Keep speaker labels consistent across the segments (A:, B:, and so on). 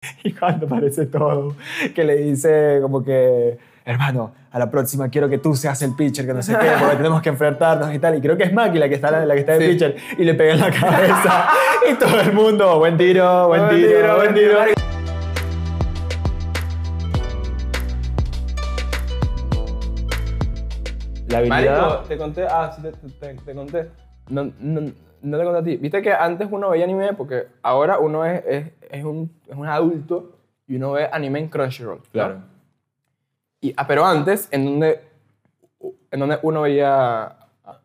A: Y cuando aparece todo, que le dice como que, hermano, a la próxima quiero que tú seas el pitcher, que no sé qué, porque tenemos que enfrentarnos y tal. Y creo que es Maki la que está, la, la que está de
B: Sí.
A: pitcher. Y le pega en la cabeza. y todo el mundo, buen tiro, buen, tiro, buen tiro.
C: La habilidad.
B: Marico, te conté. Ah, sí, te, te- te- te conté. No, no, no te conté a ti. Viste que antes uno veía anime porque ahora uno es, es, es un, es un adulto y uno ve anime en Crunchyroll. ¿no?
C: Claro.
B: Y, ah, pero antes, en donde, en donde uno veía.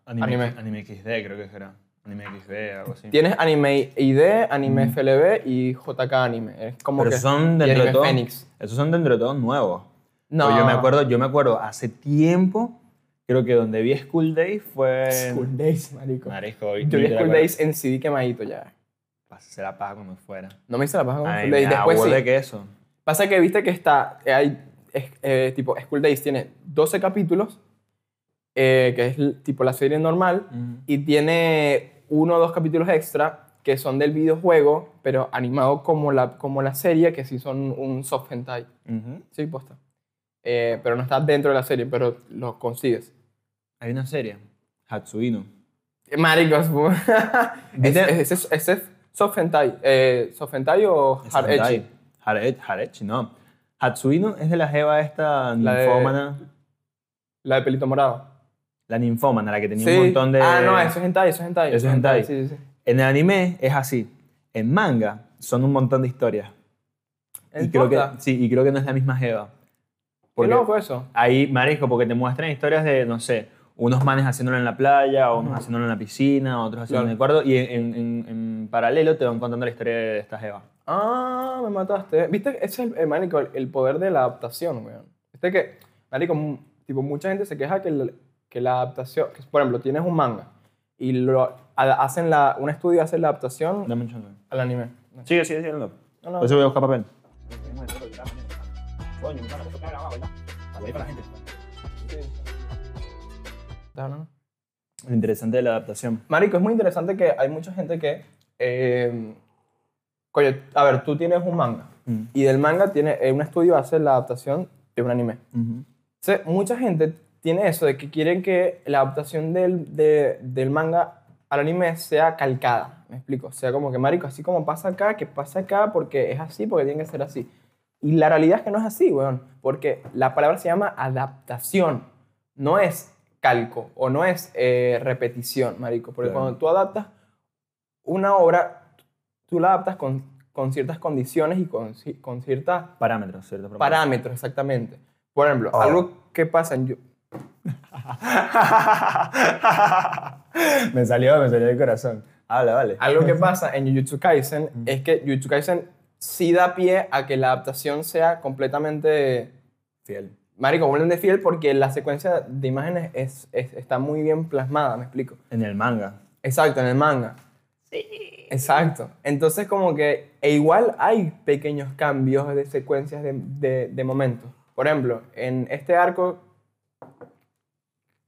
C: Anime,
B: Anime.
C: anime XD, creo que será. Anime XD, algo así.
B: Tienes anime ID, anime FLB y JK anime. Es como
C: Mm. Pero
B: que.
C: son
B: y
C: dentro
B: anime
C: de todo.
B: Fénix.
C: Esos son dentro de todo nuevos.
B: No.
C: Pues Yo me acuerdo, yo me acuerdo hace tiempo, creo que donde vi School Days fue. en-
B: School Days, marico.
C: Marisco,
B: Yo vi
C: literal,
B: School Days en CD quemadito ya.
C: Pasé la paja cuando fuera.
B: No me hice la paja con
C: Ay,
B: School Days.
C: me
B: Después
C: aburre
B: sí.
C: que eso.
B: Pasa que viste que está, eh, hay, es- eh, tipo, School Days tiene 12 capítulos, eh, que es l- tipo la serie normal, y tiene uno o dos capítulos extra que son del videojuego, pero animado como la, como la serie, que sí son un soft hentai.
C: Ujú.
B: Sí, posta. Eh, pero no está dentro de la serie, pero lo consigues.
C: Hay una serie, Hatsuino.
B: Eh, Maricos, bu- es-
C: ¿Viste?
B: es- ese es, soft hentai. Eh, ¿Soft hentai o
C: Es
B: hard
C: hentai.
B: edgy?
C: Hard ed- hard edgy, no. Hatsuino es de la jeva esta
B: La de-
C: ninfómana.
B: La de pelito morado.
C: La ninfómana, la que tenía
B: Sí.
C: un montón de...
B: Ah, no, eso es hentai, eso es hentai.
C: Eso es hentai.
B: Sí, sí, sí.
C: En el anime es así. En manga son un montón de historias. Y creo, que,
B: Importa.
C: sí, y creo que no es la misma jeva.
B: Qué
C: Porque
B: loco eso.
C: Ahí, marisco, porque te muestran historias de, no sé, unos manes haciéndolo en la playa, unos haciéndolo en la piscina, otros haciéndolo en el cuarto, y en, en- en- en paralelo te van contando la historia de esta jeva.
B: Ah, me mataste. Viste, que ese es el, eh, marico, el, el poder de la adaptación, weón. Viste que, marico, mu- tipo, mucha gente se queja que, el- que la adaptación, que, por ejemplo, tienes un manga y lo, a- hacen la, un estudio hace la adaptación
C: Dame un chance.
B: al anime.
C: Sigue, sigue, sigue. No,
B: No, no.
C: Por eso voy a buscar papel.
B: No, no, no.
C: Lo interesante de la adaptación.
B: Marico, es muy interesante que hay mucha gente que, eh, coño, a ver, tú tienes un manga
C: Mm.
B: y del manga tiene, eh, un estudio hace la adaptación de un anime. Entonces, mucha gente tiene eso de que quieren que la adaptación del, de- del manga al anime sea calcada. Me explico. O sea, como que, marico, así como pasa acá, que pasa acá porque es así, porque tiene que ser así. Y la realidad es que no es así, weón. Porque la palabra se llama adaptación. No es calco o no es eh, repetición, marico. Porque
C: Claro.
B: cuando tú adaptas una obra, tú la adaptas con, con ciertas condiciones y con, ci- con ciertas
C: Parámetros, ¿cierto?
B: parámetros, exactamente. Por ejemplo,
C: Ahora.
B: algo que pasa en... Yu-
C: me salió, me salió del corazón. Habla, vale.
B: Algo que pasa en Jujutsu Kaisen es que Jujutsu Kaisen sí da pie a que la adaptación sea completamente...
C: Fiel.
B: Marico, vuelven de fiel porque la secuencia de imágenes es, es- está muy bien plasmada, me explico.
C: En el manga.
B: Exacto, en el manga. Sí. Exacto. Entonces como que... E igual hay pequeños cambios de secuencias de, de, de momentos. Por ejemplo, en este arco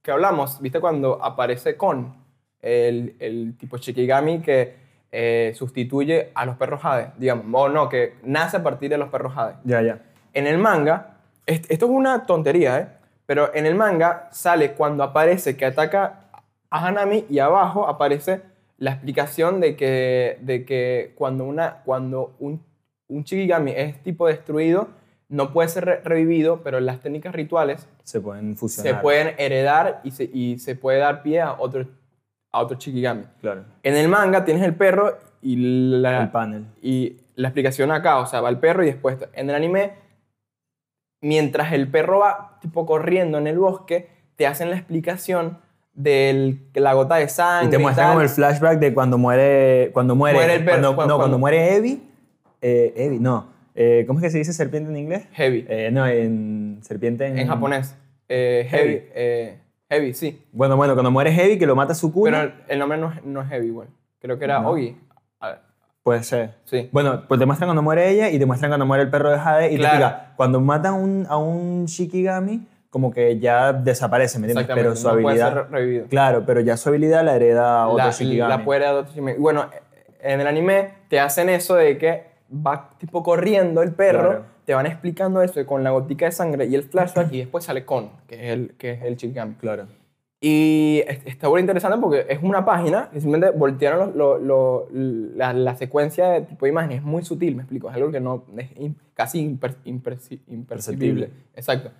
B: que hablamos, ¿viste cuando aparece Kon? El, el tipo Shikigami que eh, sustituye a los perros Jade, digamos. O no, que nace a partir de los perros Jade.
C: Ya, ya.
B: En el manga, est- esto es una tontería, ¿eh? Pero en el manga sale cuando aparece que ataca a Hanami y abajo aparece la explicación de que, de que cuando, una, cuando un, un Shikigami es tipo destruido, no puede ser re- revivido, pero las técnicas rituales
C: Se pueden
B: se
C: fusionar.
B: pueden heredar y se, y se puede dar pie a otro, a otro Shikigami.
C: Claro.
B: En el manga tienes el perro y la,
C: El panel.
B: y la explicación acá, o sea, va el perro y después en el anime, mientras el perro va tipo corriendo en el bosque, te hacen la explicación de la gota de sangre.
C: Y te muestran
B: tal.
C: como el flashback de cuando muere. Cuando muere.
B: Muere el perro,
C: cuando,
B: cuando-
C: no, cuando
B: cuando-
C: muere Evi. Eh, Evi, no. Eh, ¿Cómo es que se dice serpiente en inglés?
B: heavy.
C: Eh, no, en serpiente en,
B: en japonés. Eh, heavy.
C: Mm. Heavy.
B: eh, heavy, sí.
C: Bueno, bueno, cuando muere Heavy, que lo mata su
B: Pero
C: cuna,
B: el- el nombre no es, no es heavy, bueno. Creo que era
C: No.
B: Ogi. A ver,
C: puede ser.
B: sí.
C: Bueno, pues te muestran cuando muere ella y te muestran cuando muere el perro de Jade. Y
B: Claro.
C: te explica, cuando matan un, a un Shikigami, como que ya desaparece, ¿me entiendes? Pero su
B: no
C: habilidad.
B: puede ser re- revivido.
C: Claro, pero ya su habilidad la hereda otro
B: la,
C: Shikigami.
B: la puerta de otro Shikigami. Bueno, en el anime te hacen eso de que va tipo corriendo el perro,
C: Claro.
B: te van explicando eso con la gotica de sangre y el flashback y después sale con, que es el, que es el Shinigami.
C: Claro.
B: Y es- está muy interesante porque es una página que simplemente voltearon los- lo- lo- la, la secuencia de tipo de imágenes. Es muy sutil, me explico. Es algo que no es im- casi imper- imperci- imperceptible.
C: Perceptible.
B: Exacto.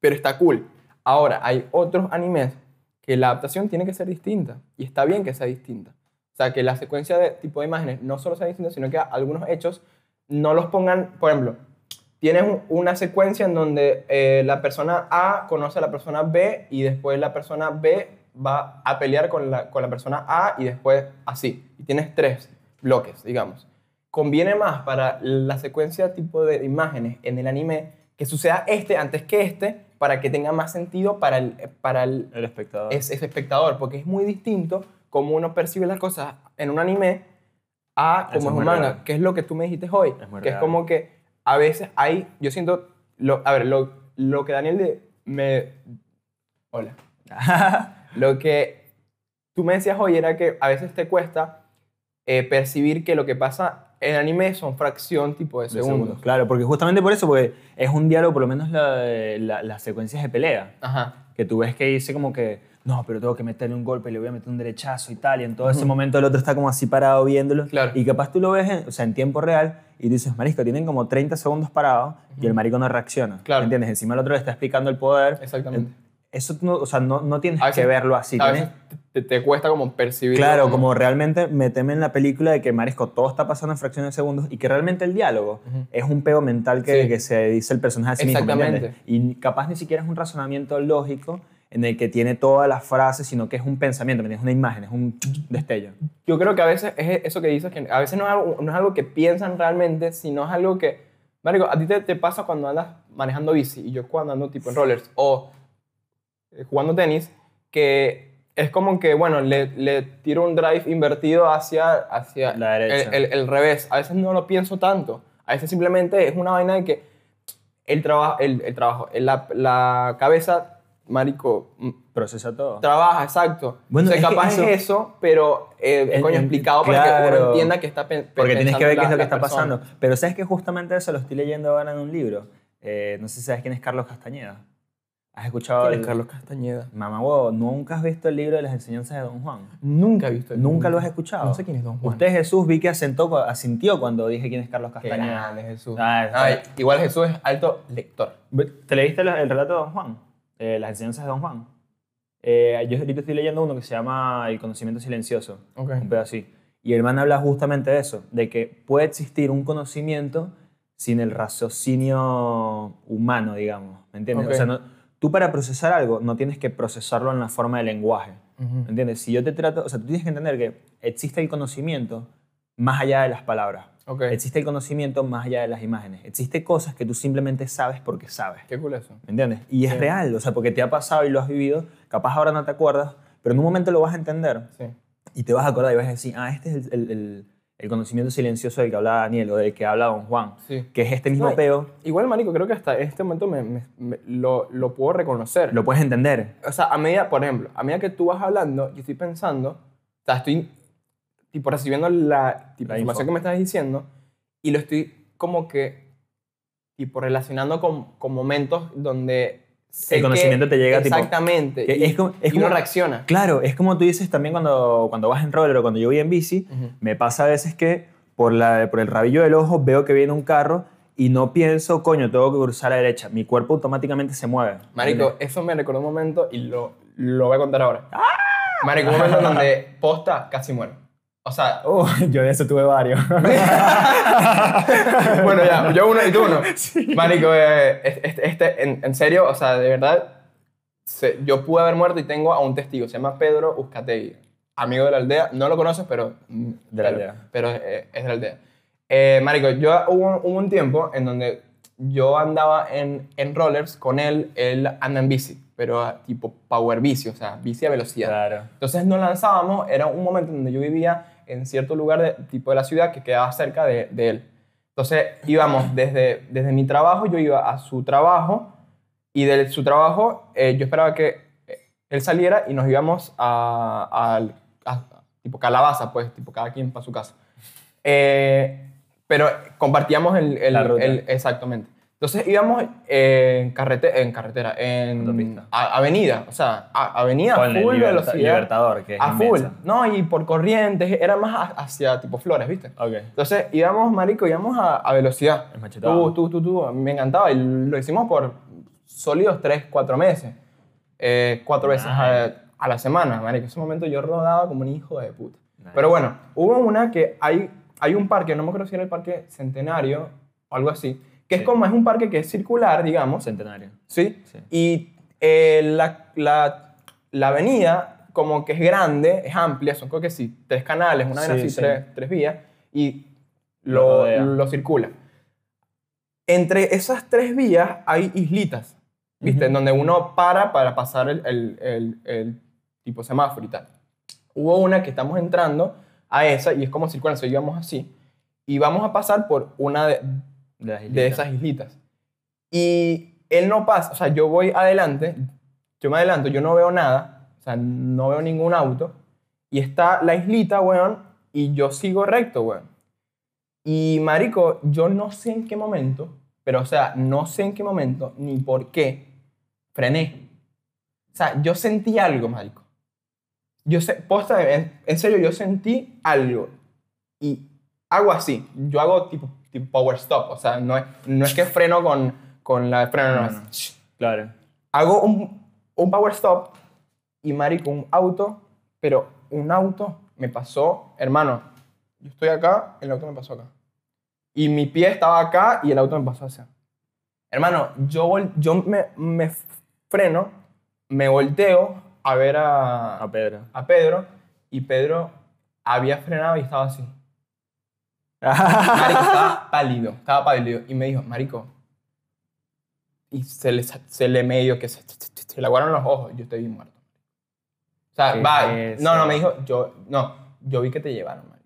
B: Pero está cool. Ahora, hay otros animes que la adaptación tiene que ser distinta. Y está bien que sea distinta. O sea, que la secuencia de tipo de imágenes no solo sea distinta, sino que algunos hechos no los pongan, por ejemplo, tienes un- una secuencia en donde eh, la persona A conoce a la persona B y después la persona B va a pelear con la, con la persona A y después así. Y tienes tres bloques, digamos. Conviene más para la secuencia tipo de imágenes en el anime que suceda este antes que este para que tenga más sentido para el, para el,
C: El espectador.
B: es, es espectador, porque es muy distinto cómo uno percibe las cosas en un anime a como
C: Eso es
B: es un
C: muy
B: manga,
C: real.
B: que es lo que tú me dijiste hoy,
C: Es muy
B: que es
C: real.
B: como que a veces hay, yo siento, lo, a ver, lo, lo que Daniel de- me... Hola. lo que tú me decías hoy era que a veces te cuesta eh, percibir que lo que pasa en anime son fracción tipo de
C: de
B: segundos.
C: segundos. Claro, porque justamente por eso, porque es un diálogo, por lo menos la de- la- las secuencias de pelea.
B: Ajá.
C: que tú ves que dice como que no, pero tengo que meterle un golpe, le voy a meter un derechazo y tal, y en todo ese momento el otro está como así parado viéndolo,
B: Claro.
C: y capaz tú lo ves, en, o sea, en tiempo real, y dices, marisco, tienen como 30 segundos parado, y el marico no reacciona,
B: Claro.
C: ¿entiendes? Encima el otro le está explicando el poder.
B: Exactamente.
C: Eso, tú no, o sea, no, no tienes
B: A veces-
C: que verlo así.
B: a
C: tienes-
B: veces te, te cuesta como percibir.
C: Claro, como realmente meterme en la película de que, marisco, todo está pasando en fracciones de segundos y que realmente el diálogo
B: Ujú.
C: es un peo mental que,
B: Sí.
C: que se dice el personaje a sí mismo, ¿me entiendes?
B: Exactamente.
C: Y capaz ni siquiera es un razonamiento lógico en el que tiene todas las frases, sino que es un pensamiento, ¿me entiendes? Es una imagen, es un destello.
B: yo creo que a veces es eso que dices, que a veces no es algo, no es algo que piensan realmente, sino es algo que, Marico, a ti te, te pasa cuando andas manejando bici y yo cuando ando tipo en rollers o eh, jugando tenis, que es como que, bueno, le, le tiro un drive invertido hacia, hacia
C: La derecha.
B: El, el- el revés. A veces no lo pienso tanto. A veces simplemente es una vaina de que el, trabajo el, el trabajo, el- la, la cabeza, Marico, mm,
C: Procesa todo.
B: trabaja, exacto.
C: Bueno,
B: Bueno,
C: es que
B: capaz es
C: eso-
B: eso, pero eh,
C: En-
B: coño
C: en-
B: explicado para que
C: claro.
B: uno entienda que está pen-
C: Porque tienes que ver qué es
B: pensando
C: lo que
B: la-
C: está
B: la persona.
C: pasando. Pero sabes que justamente eso lo estoy leyendo ahora en un libro. Eh, no sé si sabes quién es Carlos Castañeda. ¿Has escuchado?
B: ¿Quién
C: el-
B: es Carlos Castañeda.
C: Mamá, huevo, ¿nunca has visto el libro de las enseñanzas de Don Juan?
B: Nunca he visto.
C: Nunca lo has escuchado.
B: No sé quién es Don Juan.
C: Usted Jesús vi que asentó cu- asintió cuando dije quién es Carlos
B: Qué
C: Castañeda.
B: grande, Jesús.
C: Ah, es-
B: Ay, igual Jesús es alto lector.
C: ¿Te leíste lo- el relato de Don Juan? Eh, las enseñanzas de Don Juan. Eh, yo ahorita estoy leyendo uno que se llama El conocimiento silencioso.
B: Ok.
C: Un pedo así. Y el man habla justamente de eso, de que puede existir un conocimiento sin el raciocinio humano, digamos. ¿Me entiendes?
B: Ok.
C: O sea, no- tú para procesar algo no tienes que procesarlo en la forma de lenguaje. ¿Me ¿Entiendes? Si yo te trato, o sea, tú tienes que entender que existe el conocimiento más allá de las palabras.
B: Ok.
C: Existe el conocimiento más allá de las imágenes. Existe cosas que tú simplemente sabes porque sabes.
B: Qué cool eso.
C: ¿Me entiendes? Y es real, o sea, porque te ha pasado y lo has vivido, capaz ahora no te acuerdas, pero en un momento lo vas a entender
B: Sí.
C: y te vas a acordar y vas a decir, ah, este es el, el- el- el conocimiento silencioso del que hablaba Daniel o del que habla Don Juan,
B: Sí.
C: que es este mismo
B: No,
C: peo,
B: Igual, marico, creo que hasta este momento me, me- me- lo, lo puedo reconocer.
C: lo puedes entender.
B: o sea, a medida, por ejemplo, a medida que tú vas hablando, yo estoy pensando, o sea, estoy tipo recibiendo la, tipo,
C: La
B: información
C: info.
B: que me estás diciendo y lo estoy como que tipo relacionando con, con momentos donde sé
C: El conocimiento te llega, tipo,
B: exactamente
C: que
B: y,
C: es como- es
B: y uno
C: como-
B: reacciona.
C: Claro, es como tú dices también cuando, cuando vas en roller o cuando yo voy en bici,
B: Ujú.
C: me pasa a veces que por, la, por el rabillo del ojo veo que viene un carro y no pienso, coño, tengo que cruzar a la derecha. Mi cuerpo automáticamente se mueve.
B: Marico, eso me recordó un momento y lo, lo voy a contar ahora. Marico, un momento donde posta casi muero. O sea,
A: Uh, yo de eso tuve varios.
B: bueno, ya, yo uno y tú uno. Marico, eh, es- es- este, en, en serio, o sea, de verdad, se- yo pude haber muerto y tengo a un testigo, se llama Pedro Uzcategui, amigo de la aldea, no lo conoces, pero...
C: De
B: pero-
C: la aldea.
B: Pero eh, es de la aldea. Eh, marico, yo hubo, hubo un tiempo en donde yo andaba en, en rollers con él, él anda en bici, pero ah, tipo power bici, o sea, bici a velocidad.
C: Claro.
B: Entonces nos lanzábamos, era un momento donde yo vivía en cierto lugar de, tipo de la ciudad que quedaba cerca de, de él. Entonces íbamos desde, desde mi trabajo, yo iba a su trabajo y de su trabajo eh, yo esperaba que eh, él saliera y nos íbamos a, al- a- tipo calabaza, pues, tipo cada quien para su casa. Eh, pero compartíamos el, el-
C: La ruta.
B: el- exactamente. Entonces íbamos en, carrete, en carretera, en
C: Autopista.
B: a- avenida, o sea, a- avenida
C: Con el
B: full
C: liberta-
B: velocidad.
C: Libertador, que es
B: a full.
C: inmensa.
B: No, y por corrientes, era más ha- hacia tipo flores, ¿viste?
C: Ok.
B: Entonces íbamos, marico, íbamos a, a velocidad.
C: El machetado.
B: Tú, tú, tú, tú, a mí me encantaba. Y lo hicimos por sólidos tres, cuatro meses. Eh, cuatro veces a, a la semana, marico. En ese momento yo rodaba como un hijo de puta.
C: Nice.
B: Pero bueno, hubo una que hay, hay un parque, no me acuerdo si era el parque Centenario o algo así, que
C: Sí.
B: es como, es un parque que es circular, digamos.
C: Centenario.
B: ¿sí?
C: Sí.
B: Y eh, la, la- la avenida como que es grande, es amplia, son creo que sí, tres canales, una vez
C: Sí,
B: así,
C: sí.
B: tres, tres vías, y
C: Lo
B: lo,
C: rodea.
B: lo circula. Entre esas tres vías hay islitas, ¿viste? En donde uno para para pasar el, el- el- el tipo semáforo y tal. Hubo una que estamos entrando a esa y es como circular, entonces íbamos así y vamos a pasar por una de,
C: De, las
B: de
C: islitas.
B: esas islitas. Y él no pasa, o sea, yo voy adelante, yo me adelanto, yo no veo nada, o sea, no veo ningún auto, y está la islita, weón, y yo sigo recto, weón. Y marico, yo no sé en qué momento, pero o sea, no sé en qué momento ni por qué frené. O sea, yo sentí algo, marico. Yo sé, posta, en, en serio, yo sentí algo. Y hago así. Yo hago tipo, tipo power stop. O sea, no es, no es que freno con, con la freno. no,
C: No,
B: es-
C: no. Claro.
B: Hago un, un power stop y marico, un auto, pero un auto me pasó, hermano. Yo estoy acá, el auto me pasó acá. Y mi pie estaba acá y el auto me pasó hacia. Hermano, yo, vol- yo me, me freno, me volteo a ver a,
C: A Pedro.
B: a Pedro y Pedro había frenado y estaba así. Marico, estaba pálido, estaba pálido. Y me dijo, Marico. Y se le, sa- se le medio que se, se le aguaron los ojos. Yo te vi muerto. O sea,
C: ¿Qué
B: bye.
C: es
B: No, no,
C: eso?
B: me dijo, yo, no, yo vi que te llevaron, Marico.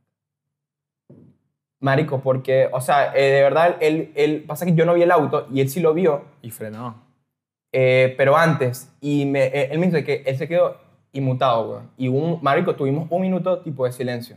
B: Marico, porque, o sea, eh, de verdad, él, él, pasa que yo no vi el auto y él sí lo vio,
C: Y frenó.
B: eh, pero antes, y me, eh, él me dice que él se quedó inmutado, weón. Y un, marico, tuvimos un minuto tipo de silencio.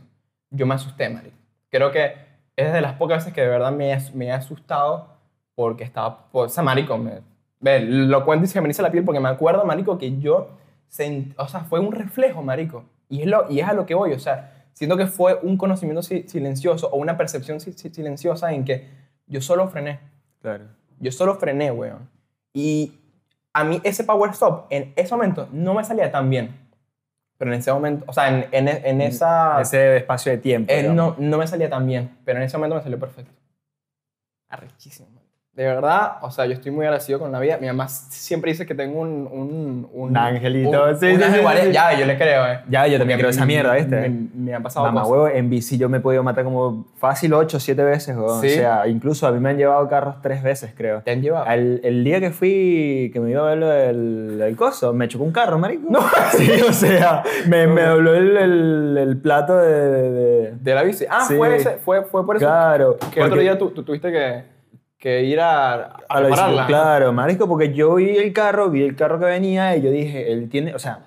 B: Yo me asusté, marico. Creo que es de las pocas veces que de verdad me, he as- me he asustado porque estaba... Por, o sea, marico, me, ve, lo cuento y se me eriza la piel porque me acuerdo, marico, que yo... sent- o sea, fue un reflejo, marico. Y es, lo, y es a lo que voy, o sea, siento que fue un conocimiento si- silencioso o una percepción si- si- silenciosa en que yo solo frené.
C: Claro.
B: Yo solo frené, weón. Y a mí ese power stop en ese momento no me salía tan bien. Pero en ese momento, o sea, en, en, en esa...
C: Ese espacio de tiempo.
B: Ah. eh,
C: digamos.
B: no, no me salía tan bien, pero en ese momento me salió perfecto. Arrechísimo. man. De verdad, o sea, yo estoy muy agradecido con la vida. Mi mamá siempre dice que tengo un... Un,
A: Un angelito.
B: un-
A: Sí,
B: un
A: sí,
B: ángel
A: sí,
B: guardián.
A: sí.
B: Ya, yo le creo, eh.
C: Ya, yo también
B: Porque
C: creo esa mierda,
B: Me,
C: ¿viste?
B: me han pasado
C: Mamá
B: cosas.
C: huevo, en bici yo me he podido matar como fácil 8 o 7 veces, weón.
B: Sí.
C: O sea, incluso a mí me han llevado carros 3 veces, creo.
B: ¿Te han llevado?
C: Al- el día que fui, que me iba a ver lo del, el coso, me chocó un carro, marico. No, sí, o sea, me, me dobló el, el- el plato de... de- de-
B: De la bici. Ah,
C: Sí.
B: fue, ese- fue, fue por eso.
C: Claro.
B: Que otro
C: porque-
B: día tú, tú tuviste que, que ir a, a,
C: a la bici-
B: repararla.
C: Claro, marico, porque yo vi el carro, vi el carro que venía y yo dije, él tiene, o sea,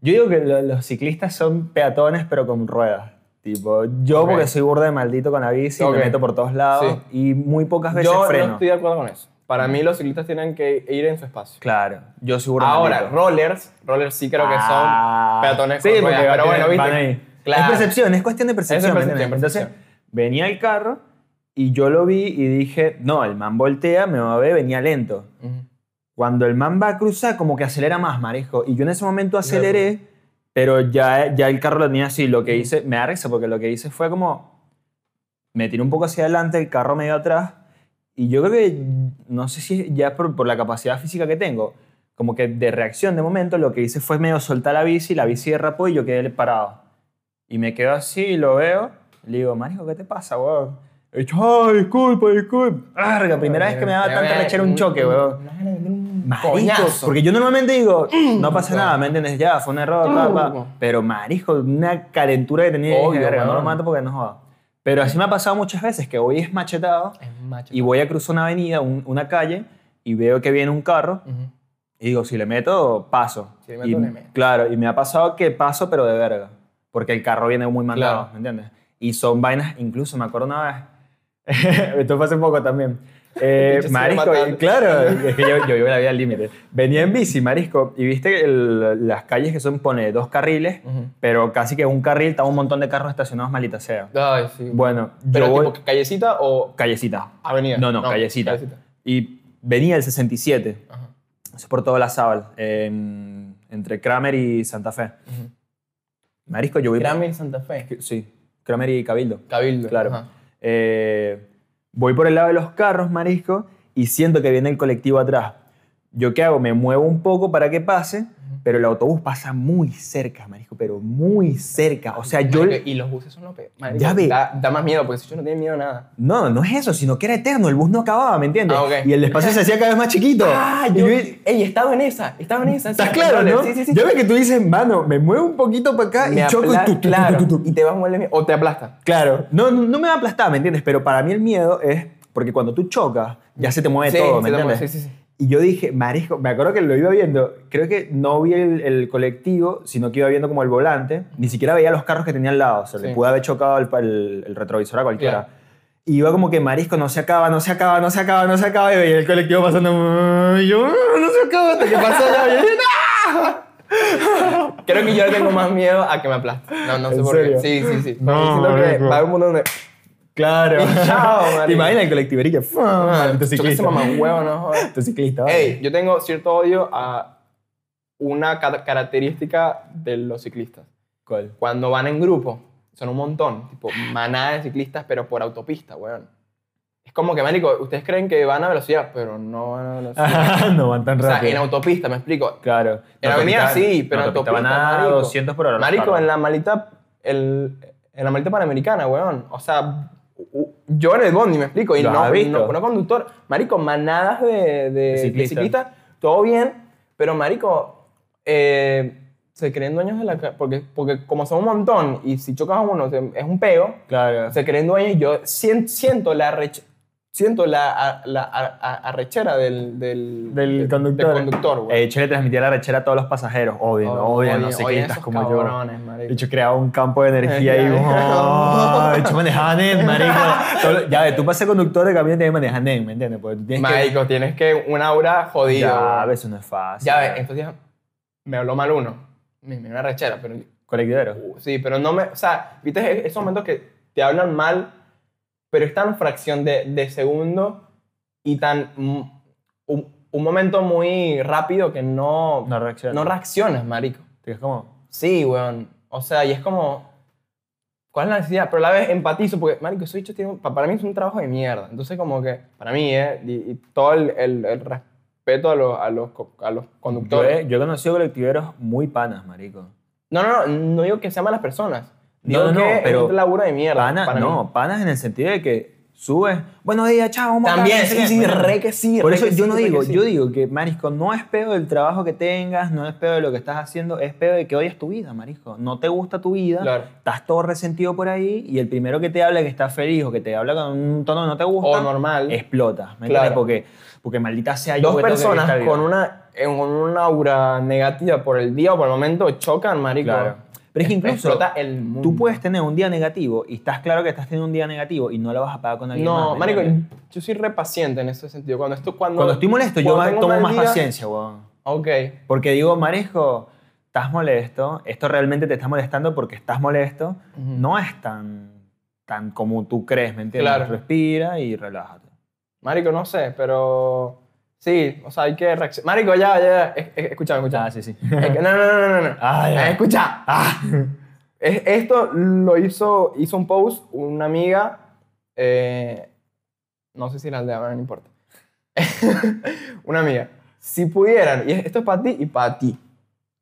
C: yo digo que lo- los ciclistas son peatones pero con ruedas. Tipo, yo
B: Ok.
C: porque soy burda de maldito con la bici,
B: Ok.
C: me meto por todos lados y muy pocas veces
B: Yo
C: freno.
B: no estoy de acuerdo con eso. Para mí los ciclistas tienen que ir en su espacio.
C: Claro, yo soy burda de
B: Ahora,
C: maldito.
B: rollers, rollers sí creo que
C: Ah.
B: son peatones
C: sí,
B: con
C: porque
B: ruedas, pero bueno,
C: van
B: ¿viste?
C: ahí.
B: Claro.
C: Es percepción, es cuestión de percepción. ¿me
B: percepción,
C: entiendes? Entonces,
B: percepción.
C: venía el carro y yo lo vi y dije, no, el man voltea, me va a ver, venía lento.
B: Ujú.
C: Cuando el man va a cruzar, como que acelera más, marejo. Y yo en ese momento aceleré, pero ya, ya el carro lo tenía así. Lo que hice, me da risa, porque lo que hice fue como. Me tiré un poco hacia adelante, el carro medio atrás. Y yo creo que, no sé si es ya es por, por la capacidad física que tengo, como que de reacción de momento, lo que hice fue medio soltar la bici, la bici derrapó y yo quedé parado. Y me quedo así, y lo veo, le digo, Marico, ¿qué te pasa, weón? He dicho, ay, disculpa, disculpa. Arga, primera vez que me daba
B: Pero
C: tanta
B: vean,
C: rechera un choque, weón.
B: una gana de meter un
C: Marico,
B: coñazo.
C: porque yo normalmente digo, no pasa nada, ¿me entiendes? Ya, fue un error,
B: Mm.
C: pa, pa. pero marico, una calentura que tenía,
B: Obvio,
C: dije, verga, no lo
B: weón.
C: mato porque no joda. Pero así me ha pasado muchas veces, que voy es machetado
B: Es macho.
C: y voy a cruzar una avenida, un- una calle, y veo que viene un carro,
B: Ujú.
C: y digo, si le meto, paso.
B: Si le meto,
C: Y- eh,
B: le meto.
C: Claro, y me ha pasado que paso, pero de verga. Porque el carro viene muy mandado,
B: Claro.
C: ¿me entiendes? Y son vainas, incluso me acuerdo una vez
A: Esto fue hace poco también. Eh,
B: Yo estoy
A: marisco,
B: matando.
A: y- claro, es que yo,
C: yo, yo vivo la vida al límite. Venía en bici, marisco, y viste el- las calles que son, pone dos carriles,
B: Ujú.
C: pero casi que un carril está un montón de carros estacionados malita sea.
B: Ay, sí.
C: Bueno,
B: Pero
C: yo voy...
B: tipo, ¿callecita o
C: Callecita.
B: avenida?
C: No, no, callecita. Y venía el 67,
B: Ajá.
C: eso por toda la Sábal, em, entre Kramer y Santa Fe.
B: Ujú.
C: Marisco, yo voy...
B: Grammy Santa Fe.
C: Sí, Kramer y Cabildo.
B: Cabildo.
C: Claro.
B: ajá.
C: Eh, voy por el lado de los carros, marisco, y siento que viene el colectivo atrás. ¿Yo qué hago? Me muevo un poco para que pase, pero el autobús pasa muy cerca, marisco, pero muy cerca. O sea, yo...
B: Marico, Y los buses son lo peor. Marico,
C: Ya ve.
B: Da, da más miedo, porque si yo no tiene miedo a nada.
C: No, no es eso, sino que era eterno, el bus no acababa, ¿me entiendes?
B: Ah, ok.
C: Y el espacio se hacía cada vez más chiquito. Y yo-
B: Ah, Ey, estaba en esa, estaba en esa.
A: estás
B: sí,
A: claro,
B: dólares,
A: ¿no?
B: Sí, sí, sí.
A: Yo veo que tú dices, mano, me muevo un poquito para acá
B: Me
A: y choco. y
B: apla-
A: tu, tu, tu,
B: claro,
A: tu, tu, tu.
B: y te vas a moler miedo. O te aplasta.
A: Claro.
C: No, no, no me va a aplastar, ¿me entiendes? Pero para mí el miedo es porque cuando tú chocas, ya se te mueve
B: Sí,
C: todo,
B: se
C: ¿me
B: te mueve,
C: entiendes?
B: sí, sí, sí.
C: Y yo dije, marisco, me acuerdo que lo iba viendo, creo que no vi el, el colectivo, sino que iba viendo como el volante, ni siquiera veía los carros que tenía al lado, o sea,
B: Sí.
C: le pude haber chocado el, el- el retrovisor a cualquiera.
B: Claro.
C: Y iba como que, marisco, no se acaba, no se acaba, no se acaba, no se acaba, y veía el colectivo pasando, y yo, no se acaba, hasta que pasó ya, y yo, "No".
B: Creo que yo le tengo más miedo a que me aplaste. No, no sé
A: ¿En
B: por qué.
A: serio?
B: Sí, sí, sí.
A: No,
B: Siento que
A: marico.
B: va a haber un mundo donde.
A: Claro.
B: Chao, marico.
A: Te imaginas el colectivo y que, "Fu, maldito
B: Chocaste
A: ciclista.
B: mamá huevo, no jodas.
A: Tu ciclista. vale.
B: Ey, yo tengo cierto odio a una ca- característica de los ciclistas.
C: ¿Cuál?
B: Cuando van en grupo, son un montón, tipo manada de ciclistas, pero por autopista, weón. Es como que, marico, ustedes creen que van a velocidad, pero no van a velocidad.
A: no van tan
B: o sea, en
A: rápido.
B: autopista, me explico.
C: Claro.
B: En
C: No,
B: avenida
C: capitán,
B: sí, pero
C: no,
B: en
C: capitán,
B: autopista,
C: van a
B: marico.
C: 200 por hora. los
B: Marico,
C: carros.
B: en la malita, el, en la malita panamericana, weón. O sea, u- u- yo en el bondi, me explico. Y
C: ¿Lo
B: no,
C: has visto?
B: no, no conductor. Marico, manadas de, de, de
C: ciclistas.
B: ciclistas, todo bien. Pero, marico, eh, se creen dueños de la... ca- Porque, porque como son un montón, y si chocas a uno, se- es un peo.
C: Claro.
B: Se creen dueños y yo sien- siento la arrech- Siento la, a- la a- a- arrechera del, del,
A: Del conductor.
B: conductor, weón.
C: Eh, Chile transmitía la rechera a todos los pasajeros. Obvio,
B: Odio-
C: obvio,
B: odio
C: no sé qué
B: esos
C: como yo.
B: cabrones, marico.
C: De hecho, creaba un campo de energía ahí.
B: Claro.
C: ¡Oh! hecho, manejaban en, marico. Todo- Ya ves, tú pasas conductor de camión y también manejas en, ¿me entiendes? Porque tú tienes
B: Marico, tienes que una aura
C: que...
B: jodida.
C: Ya
B: weón.
C: ves, eso no es fácil.
B: Ya ves, estos días me habló mal uno. Me me dio una rechera, pero
C: Colectivero.
B: uh, sí, pero no me, o sea, viste esos momentos que te hablan mal, pero es tan fracción de, de segundo y tan mm, un, un momento muy rápido que no
C: No reacciona.
B: no reaccionas, marico.
C: Es como...
B: Sí, weón. O sea, y es como. ¿Cuál es la necesidad? Pero a la vez empatizo porque, marico, soy hecho, tiene un- pa- para mí es un trabajo de mierda. Entonces, como que, para mí, ¿eh? Y, y todo el, el- el respeto a los, a los, co- a los
C: Yo
B: conductores.
C: he, yo he conocido colectiveros muy panas, marico.
B: No, no, no, no digo que sean malas personas. Digo
C: No, no, no,
B: que es
C: pero
B: un laburo de mierda.
C: Panas,
B: para mí.
C: no, panas en el sentido de que subes... Buenos días, chao, ¿cómo estás?
B: También,
C: No sé
B: sí,
C: qué,
B: sí,
C: ¿me entiendes?
B: re que sí.
C: Por
B: re
C: eso
B: que
C: yo
B: sí,
C: no
B: re que
C: digo,
B: sí.
C: yo digo que, Marisco, no es pedo del trabajo que tengas, no es pedo de lo que estás haciendo, es pedo de que odias tu vida, Marisco. No te gusta tu vida,
B: Claro.
C: estás todo resentido por ahí y el primero que te habla que está feliz o que te habla con un tono que no te gusta,
B: O normal.
C: explota. ¿me
B: Claro.
C: entiendes? Porque, porque maldita sea yo.
B: Dos
C: que tengo que vivir esta
B: personas
C: vida.
B: con una, en- con una aura negativa por el día o por el momento chocan, marico.
C: Claro. Pero es que
B: Es-
C: incluso
B: explota el mundo.
C: tú puedes tener un día negativo y estás claro que estás teniendo un día negativo y no lo vas a pagar con alguien más.
B: No,
C: ¿me
B: marico,
C: entiendes?
B: yo soy repaciente en ese sentido. Cuando, esto, cuando,
C: Cuando estoy molesto, yo
B: cuando tengo
C: tomo
B: mal
C: más
B: día-
C: paciencia, weón.
B: Ok.
C: Porque digo, Marisco, estás molesto, esto realmente te está molestando porque estás molesto,
B: Ujú.
C: no es tan, tan como tú crees, ¿me entiendes?
B: Claro.
C: Respira y relájate.
B: Marico, no sé, pero... Sí, o sea, hay que reaccionar. Marico, ya, ya, ya. Escucha, escucha.
C: Ah, sí, sí.
B: No, no, no, no, no. no.
A: Ah, ya.
B: Eh, Escucha. Es- Esto lo hizo, hizo un post una amiga, eh, no sé si la aldea, bueno, no importa. una amiga. Si pudieran, y esto es para ti y para ti.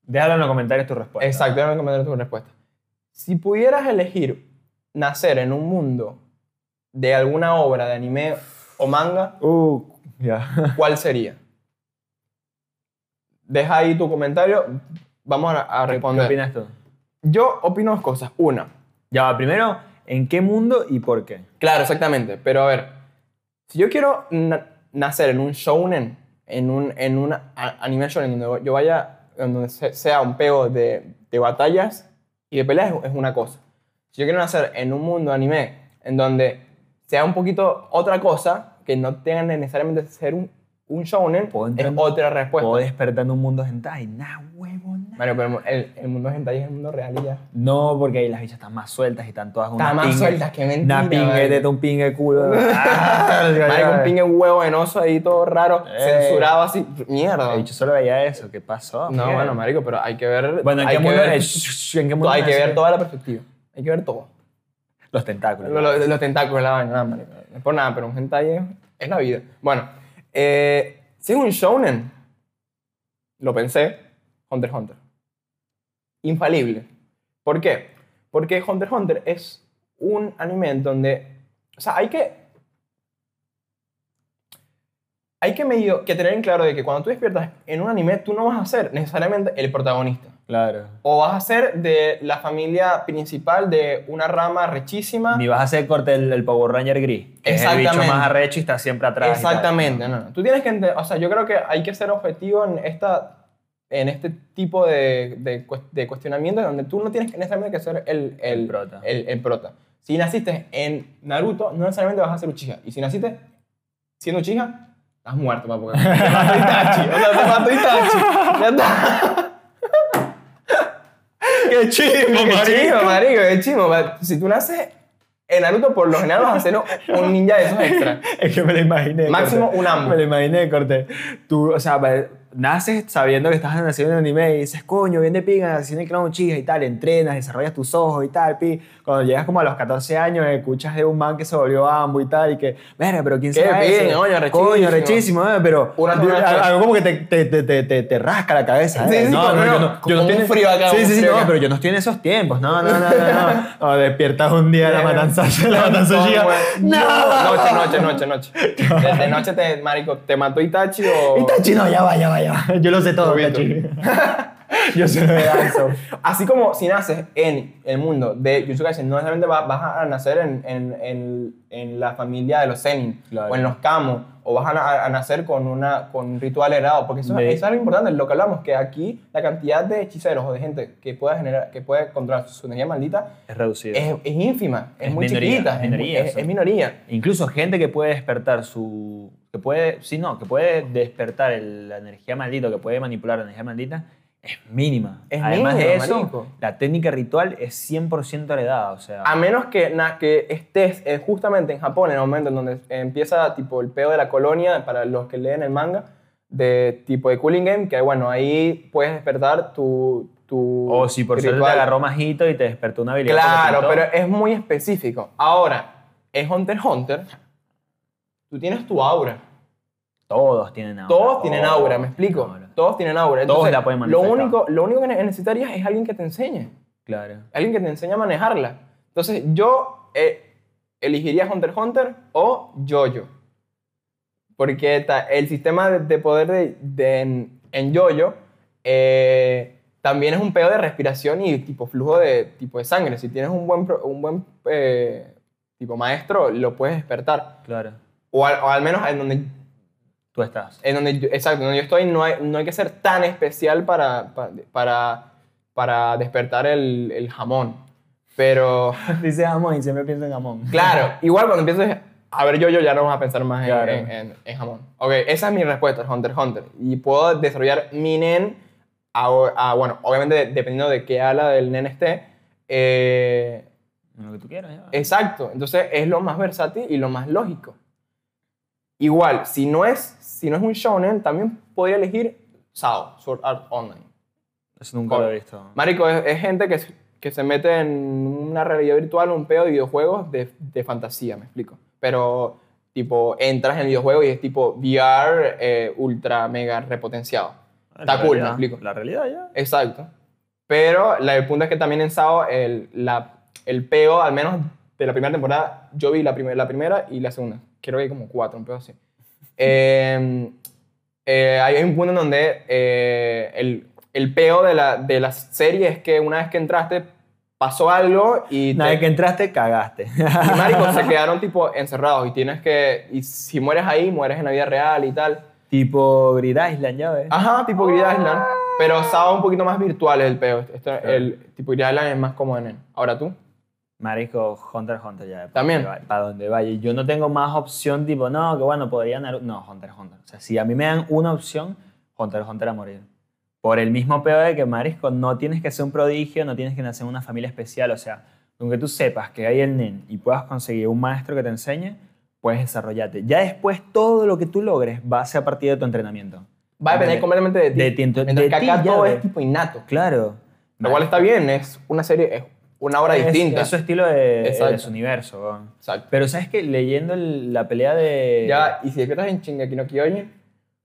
C: Déjalo en los comentarios tu respuesta.
B: Exacto, déjame comentar tu respuesta. Si pudieras elegir nacer en un mundo de alguna obra de anime o manga,
A: Uh, ya.
B: ¿cuál sería? Deja ahí tu comentario, vamos a, a
C: ¿Qué,
B: responder.
C: qué opinas tú?
B: Yo opino dos cosas. Una,
C: Ya va, primero, ¿en qué mundo y por qué?
B: claro, exactamente, pero a ver, si yo quiero na- nacer en un shounen, en un, en un a- anime shounen donde yo vaya, donde se- sea un peo de, de batallas y de peleas, es es una cosa. Si yo quiero nacer en un mundo anime en donde sea un poquito otra cosa, que no tengan necesariamente que ser un, un shounen,
C: Puedo
B: es
C: entrar-
B: otra respuesta.
C: Puedo despertar en un mundo hentai. Nah, huevo, nah.
B: Mario, pero el, el mundo hentai es el mundo real y ya.
C: No, porque ahí las bichas están más sueltas y están todas
B: Está más suelta que mentira.
C: Una pingue
B: vale.
C: teta, un pingue culo. Ah,
B: Marico, un pingue huevo venoso ahí todo raro,
C: Ey.
B: censurado así. Mierda.
C: He dicho solo veía eso. ¿Qué pasó?
B: No,
C: Miguel?
B: bueno, marico, pero hay que ver...
C: Bueno, ¿en
B: hay
C: qué
B: que
C: mundo
B: ver-
C: eres? ¿En qué mundo
B: Hay que
C: eres?
B: ver toda la perspectiva. Hay que ver todo.
C: Los tentáculos.
B: Lo- lo- Los, tentáculos, la vaina, nada, marico. No es por nada, pero un hentai es, es la vida. Bueno, eh, si es un shounen, lo pensé, Hunter x Hunter. Infalible. ¿Por qué? Porque Hunter x Hunter es un anime en donde, o sea, hay que hay que medio que tener en claro de que cuando tú despiertas en un anime, tú no vas a ser necesariamente el protagonista.
C: Claro.
B: O vas a ser de la familia principal de una rama rechísima.
C: Ni vas a hacer corte el, el Power Ranger gris. Que es el bicho
B: Exactamente.
C: más arrecho y está siempre atrás. y tal.
B: Exactamente, no, no. Tú tienes que entender, o sea, yo creo que hay que ser objetivo en esta en este tipo de, de, cues- de cuestionamiento donde tú no tienes que necesariamente que ser el, el,
C: El prota.
B: el- el prota. Si naciste en Naruto, no necesariamente vas a ser Uchiha. Y si naciste siendo Uchiha, estás muerto, papá. porque Te mató Itachi. O sea, te mató Itachi. Ya está.
C: ¡Qué chingo,
B: Qué chimo,
C: marico!
B: marico, qué chimo. pa- Si tú naces en Naruto, por lo general vas a ser un ninja de esos extra.
C: Es que me lo imaginé.
B: Máximo
C: corte.
B: un ambo.
C: Me lo imaginé, corte. Tú, o sea, va- naces sabiendo que estás haciendo un anime y dices, coño, bien de pinga, haciendo el clown chija y tal, entrenas, desarrollas tus ojos y tal, pi. Cuando llegas como a los 14 años, escuchas de un man que se volvió ambo y tal, y que, verga, pero ¿quién
B: Qué
C: será ese?
B: pinga, coño, rechísimo.
C: Coño, rechísimo, eh, pero
B: Una- una-
C: algo como que te, te, te, te, te- te rasca la cabeza.
B: Sí,
C: eh.
B: sí,
C: no,
B: como
C: no, yo
B: no,
C: no,
B: como
C: yo no
B: un
C: estoy en-
B: frío acá,
C: Sí,
B: un
C: sí, sí,
B: frío
C: no,
B: acá.
C: pero yo no estoy en esos tiempos. No, no, no, no, no. No, despiertas un día de la matanza, de la matanza chija.
B: No. Noche, noche, noche, noche. Desde noche te, marico, te mató Itachi o...
C: Itachi, no, ya va, ya va, ya va. Yo lo sé todo,
B: Obvio.
C: Itachi. Yo soy lo de Danzo.
B: Así como si naces en el mundo de Jujutsu Kaisen, no necesariamente va- vas, a nacer en, en, en, en la familia de los Zenin,
C: Claro.
B: o en los Kamos, o vas a, na- a nacer con, una, con un ritual heredado, porque eso,
C: Me-
B: eso es algo importante, lo que hablamos, que aquí la cantidad de hechiceros o de gente que pueda generar, que puede controlar su energía maldita
C: Es reducido.
B: es, es ínfima, es,
C: Es
B: muy
C: minoría,
B: chiquita, es, muy-
C: minoría,
B: es-
C: eso.
B: es minoría.
C: Incluso gente que puede despertar su. que puede. Sí, no, que puede despertar el- la energía maldita, que puede manipular la energía maldita, es mínima.
B: Es
C: Además de
B: mínima,
C: eso,
B: marico. Ah,
C: la técnica ritual es 100% heredada, o sea.
B: A menos que, na- que estés eh, justamente en Japón, en el momento en donde empieza tipo el peo de la colonia, para los que leen el manga, de tipo de Cooling Game, que bueno, ahí puedes despertar tu... tu
C: o si Oh, por suerte te
B: ritual.
C: agarró majito y te despertó una habilidad.
B: Claro,
C: porque
B: pero
C: te
B: es muy específico. Ahora, es Hunter x Hunter, tú tienes tu aura.
C: Todos tienen aura.
B: Todos tienen aura, me
C: todos
B: explico.
C: tienen aura.
B: Todos tienen aura.
C: Todos
B: Entonces,
C: la pueden
B: lo
C: manifestar.
B: único, lo único que ne- necesitarías es alguien que te enseñe.
C: Claro.
B: alguien que te enseña a manejarla. Entonces, yo eh, elegiría Hunter x Hunter o Jojo. Porque ta- el sistema de, de poder de, de- en, en Jojo eh, también es un pedo de respiración y tipo flujo de, tipo de sangre. Si tienes un buen, pro- un buen eh, tipo maestro, lo puedes despertar.
C: Claro.
B: O al, o al menos en donde,
C: Tú estás.
B: en donde yo, exacto, donde yo estoy no hay, no hay que ser tan especial para, pa- para, para despertar el, el jamón. Pero...
A: Dice jamón y siempre pienso en jamón.
B: Claro, igual cuando empieces a ver yo, yo ya no vas a pensar más en-
C: Claro.
B: en, en- en jamón. Ok, esa es mi respuesta, Hunter x Hunter. Y puedo desarrollar mi nen, a, a- bueno, obviamente de- dependiendo de qué ala del nen esté. eh,
C: Lo que tú quieras, ya.
B: exacto, entonces es lo más versátil y lo más lógico. Igual, si no es, si no es un shonen, también podría elegir SAO, Sword Art Online.
C: Eso nunca lo he visto.
B: Marico, es, es gente que, se- que se mete en una realidad virtual, un pedo de videojuegos de, de fantasía, me explico. Pero, tipo, entras en el videojuego y es tipo VR eh, ultra mega repotenciado. Está
C: La
B: cool,
C: realidad-
B: me explico.
C: La realidad ya.
B: Exacto. Pero la, el punto es que también en SAO el, la, el peo, al menos de la primera temporada, yo vi la, primer- la primera y la segunda. Creo que hay como cuatro, un peo así. Eh, eh, hay un punto en donde eh, el, el peo de la, de la serie es que una vez que entraste pasó algo y,
C: Una
B: te-
C: vez que entraste, cagaste.
B: y marico, se quedaron tipo encerrados y tienes que... Y si mueres ahí, mueres en la vida real y tal.
C: tipo Grid Island, ya ves.
B: Ajá, tipo Grid Island. Pero estaba un poquito más virtual el peo. Esto-
C: Claro.
B: El tipo Grid Island es más como en él. Ahora tú.
C: Marico, Hunter x Hunter ya. pa'
B: También.
C: donde va- Para donde vaya. Yo no tengo más opción tipo, no, que bueno, podría Naruto. No, Hunter x Hunter. O sea, si a mí me dan una opción, Hunter x Hunter a morir. Por el mismo peo de que, Marisco, no tienes que ser un prodigio, no tienes que nacer en una familia especial. O sea, aunque tú sepas que hay el NIN y puedas conseguir un maestro que te enseñe, puedes desarrollarte. Ya después todo lo que tú logres va a ser a partir de tu entrenamiento.
B: Va a depender
C: Vale.
B: completamente de ti.
C: De ti, ento-
B: Mientras
C: de
B: que
C: ti
B: acá
C: ya,
B: todo
C: güey.
B: es tipo innato.
C: Claro.
B: Lo cual está bien, es una serie, es una obra
C: Es-
B: distinta.
C: Es su estilo de,
B: Exacto.
C: de su universo. weón.
B: Exacto.
C: Pero sabes que leyendo el- la pelea de.
B: Ya, y si despiertas en Shingeki no Kyojin,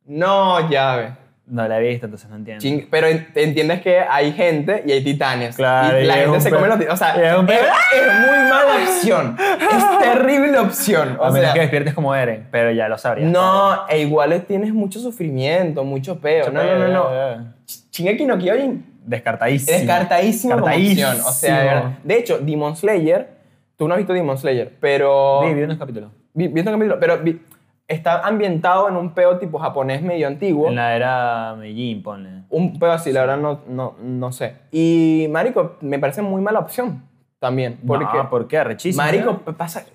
B: no, ya ve.
C: No la he visto, entonces no entiendo.
B: Ching- pero en- entiendes que hay gente y hay titanes.
C: Claro,
B: y
C: y
B: la
C: es
B: gente
C: un
B: se
C: pe-
B: come los titanes. O sea,
C: y es
B: es,
C: Eh, un pe-
B: es muy mala opción. Es terrible opción. O
C: a menos
B: sea,
C: que despiertes como Eren, pero ya lo sabrías.
B: no, e igual tienes mucho sufrimiento, mucho peo.
C: Mucho
B: no, no, no, no.
C: peor.
B: Ch- Shingeki no Kyojin
C: eh, Descartadísimo.
B: Descartadísima como
C: Descartadísimo.
B: opción. O sea, de, verdad. De hecho, Demon Slayer, tú no has visto Demon Slayer, pero.
C: Vi, vi unos capítulos.
B: Vi- vi este capítulo, pero vi- está ambientado en un peo tipo japonés medio antiguo.
C: En la era Medellín, ponle.
B: Un peo así, la verdad no, no, no sé. Y, Marico, me parece muy mala opción
C: Ah,
B: también. Porque,
C: no, ¿por qué? Rechísimo.
B: Marico, p- pasa.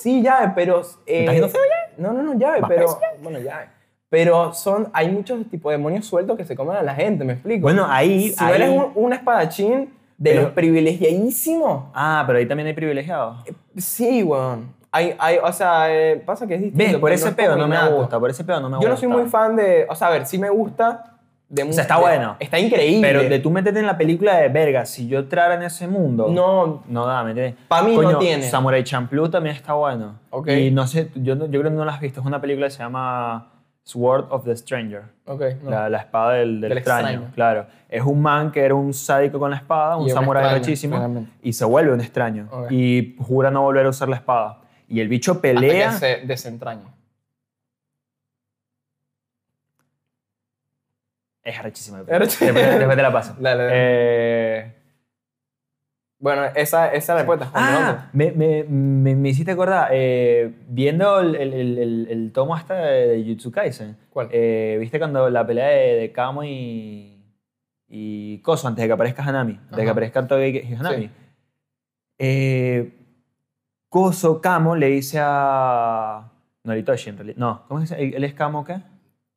B: Sí, ya, pero. eh,
C: estás yendo feo
B: No, no, no, ya,
C: ¿Vas
B: pero.
C: preso
B: Bueno, ya. Pero son, hay muchos tipos de demonios sueltos que se comen a la gente, ¿me explico?
C: Bueno, ahí.
B: si no
C: ahí-
B: eres un, un espadachín de
C: Pero-
B: los privilegiadísimos,
C: Ah, pero ahí también hay privilegiados.
B: sí, weón. Hay, hay, o sea, eh, pasa que es distinto.
C: ¿Ves? Por
B: pero
C: ese
B: es
C: pedo
B: como
C: no me
B: innato.
C: gusta. Por ese pedo no me gusta.
B: Yo no soy muy fan de. O sea, a ver, sí me gusta. De mu-
C: sea, está
B: de-
C: bueno.
B: Está increíble.
C: Pero de tú meterte en la película de verga, si yo entrara en ese mundo.
B: No,
C: No da, ¿me entiendes?
B: Pa' mí no
C: Coño,
B: tiene.
C: Samurai Champloo también está bueno.
B: Ok.
C: Y no sé, yo, no- yo creo que no la has visto. Es una película que se llama Sword of the Stranger.
B: ok. no.
C: La, la espada del, del
B: Del
C: extraño,
B: extraño.
C: claro. Es un man que era un sádico con la espada, un
B: Y un
C: samurái
B: extraño,
C: rechísimo,
B: claramente.
C: y se vuelve un extraño.
B: Ok.
C: Y jura no volver a usar la espada. Y el bicho
B: Hasta
C: pelea.
B: que se desentraña.
C: Es rechísimo.
B: Es rechísimo.
C: Después, después te la paso.
B: Dale,
C: Eh,
B: Bueno, esa, esa es la respuesta. Juan
C: Ah,
B: Orlando.
C: me, me, me, me hiciste acordar, eh, viendo el, el, el, el, el tomo hasta de, de Jujutsu Kaisen,
B: ¿Cuál?
C: eh, viste cuando la pelea de, de Kamo y, y Koso, antes de que aparezca Hanami, antes de que
B: Ajá.
C: aparezca Toge y Hanami,
B: Sí.
C: eh, Koso, Kamo, le dice a Noritoshi, en realidad, no, ¿cómo es? ¿Él él es Kamo qué?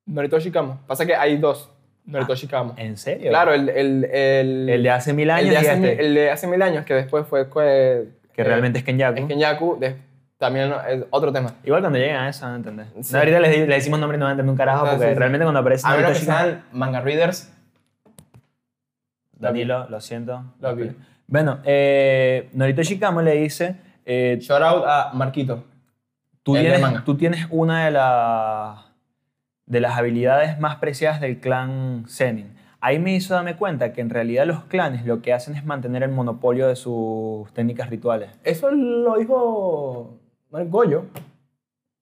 B: Noritoshi Kamo. Pasa que hay dos. Noritoshi Kamo.
C: ¿En serio?
B: Claro, el, el, el,
C: Ah, eh, El de hace mil años
B: el de
C: y
B: hace
C: este,
B: mil, el de hace mil años, que después fue. eh,
C: que
B: eh,
C: realmente es Kenyaku.
B: Es que Yaku de- también es otro tema.
C: Igual cuando llegan a eso van a entender.
B: Sí.
C: No, ahorita les, le decimos nombre y no van a entender un carajo
B: Ah,
C: porque
B: sí, sí.
C: realmente cuando aparece
B: A menos que
C: Noritoshi
B: sean manga readers,
C: Danilo, lo siento.
B: Lo vi.
C: Bueno, eh, Noritoshi Kamo le dice, eh,
B: shout out a Marquito.
C: tú,
B: El de
C: tienes,
B: manga.
C: tú tienes una de, las de las habilidades más preciadas del clan Zenin. Ahí me hizo darme cuenta que en realidad los clanes lo que hacen es mantener el monopolio de sus técnicas rituales.
B: Eso lo dijo Mark Goyo.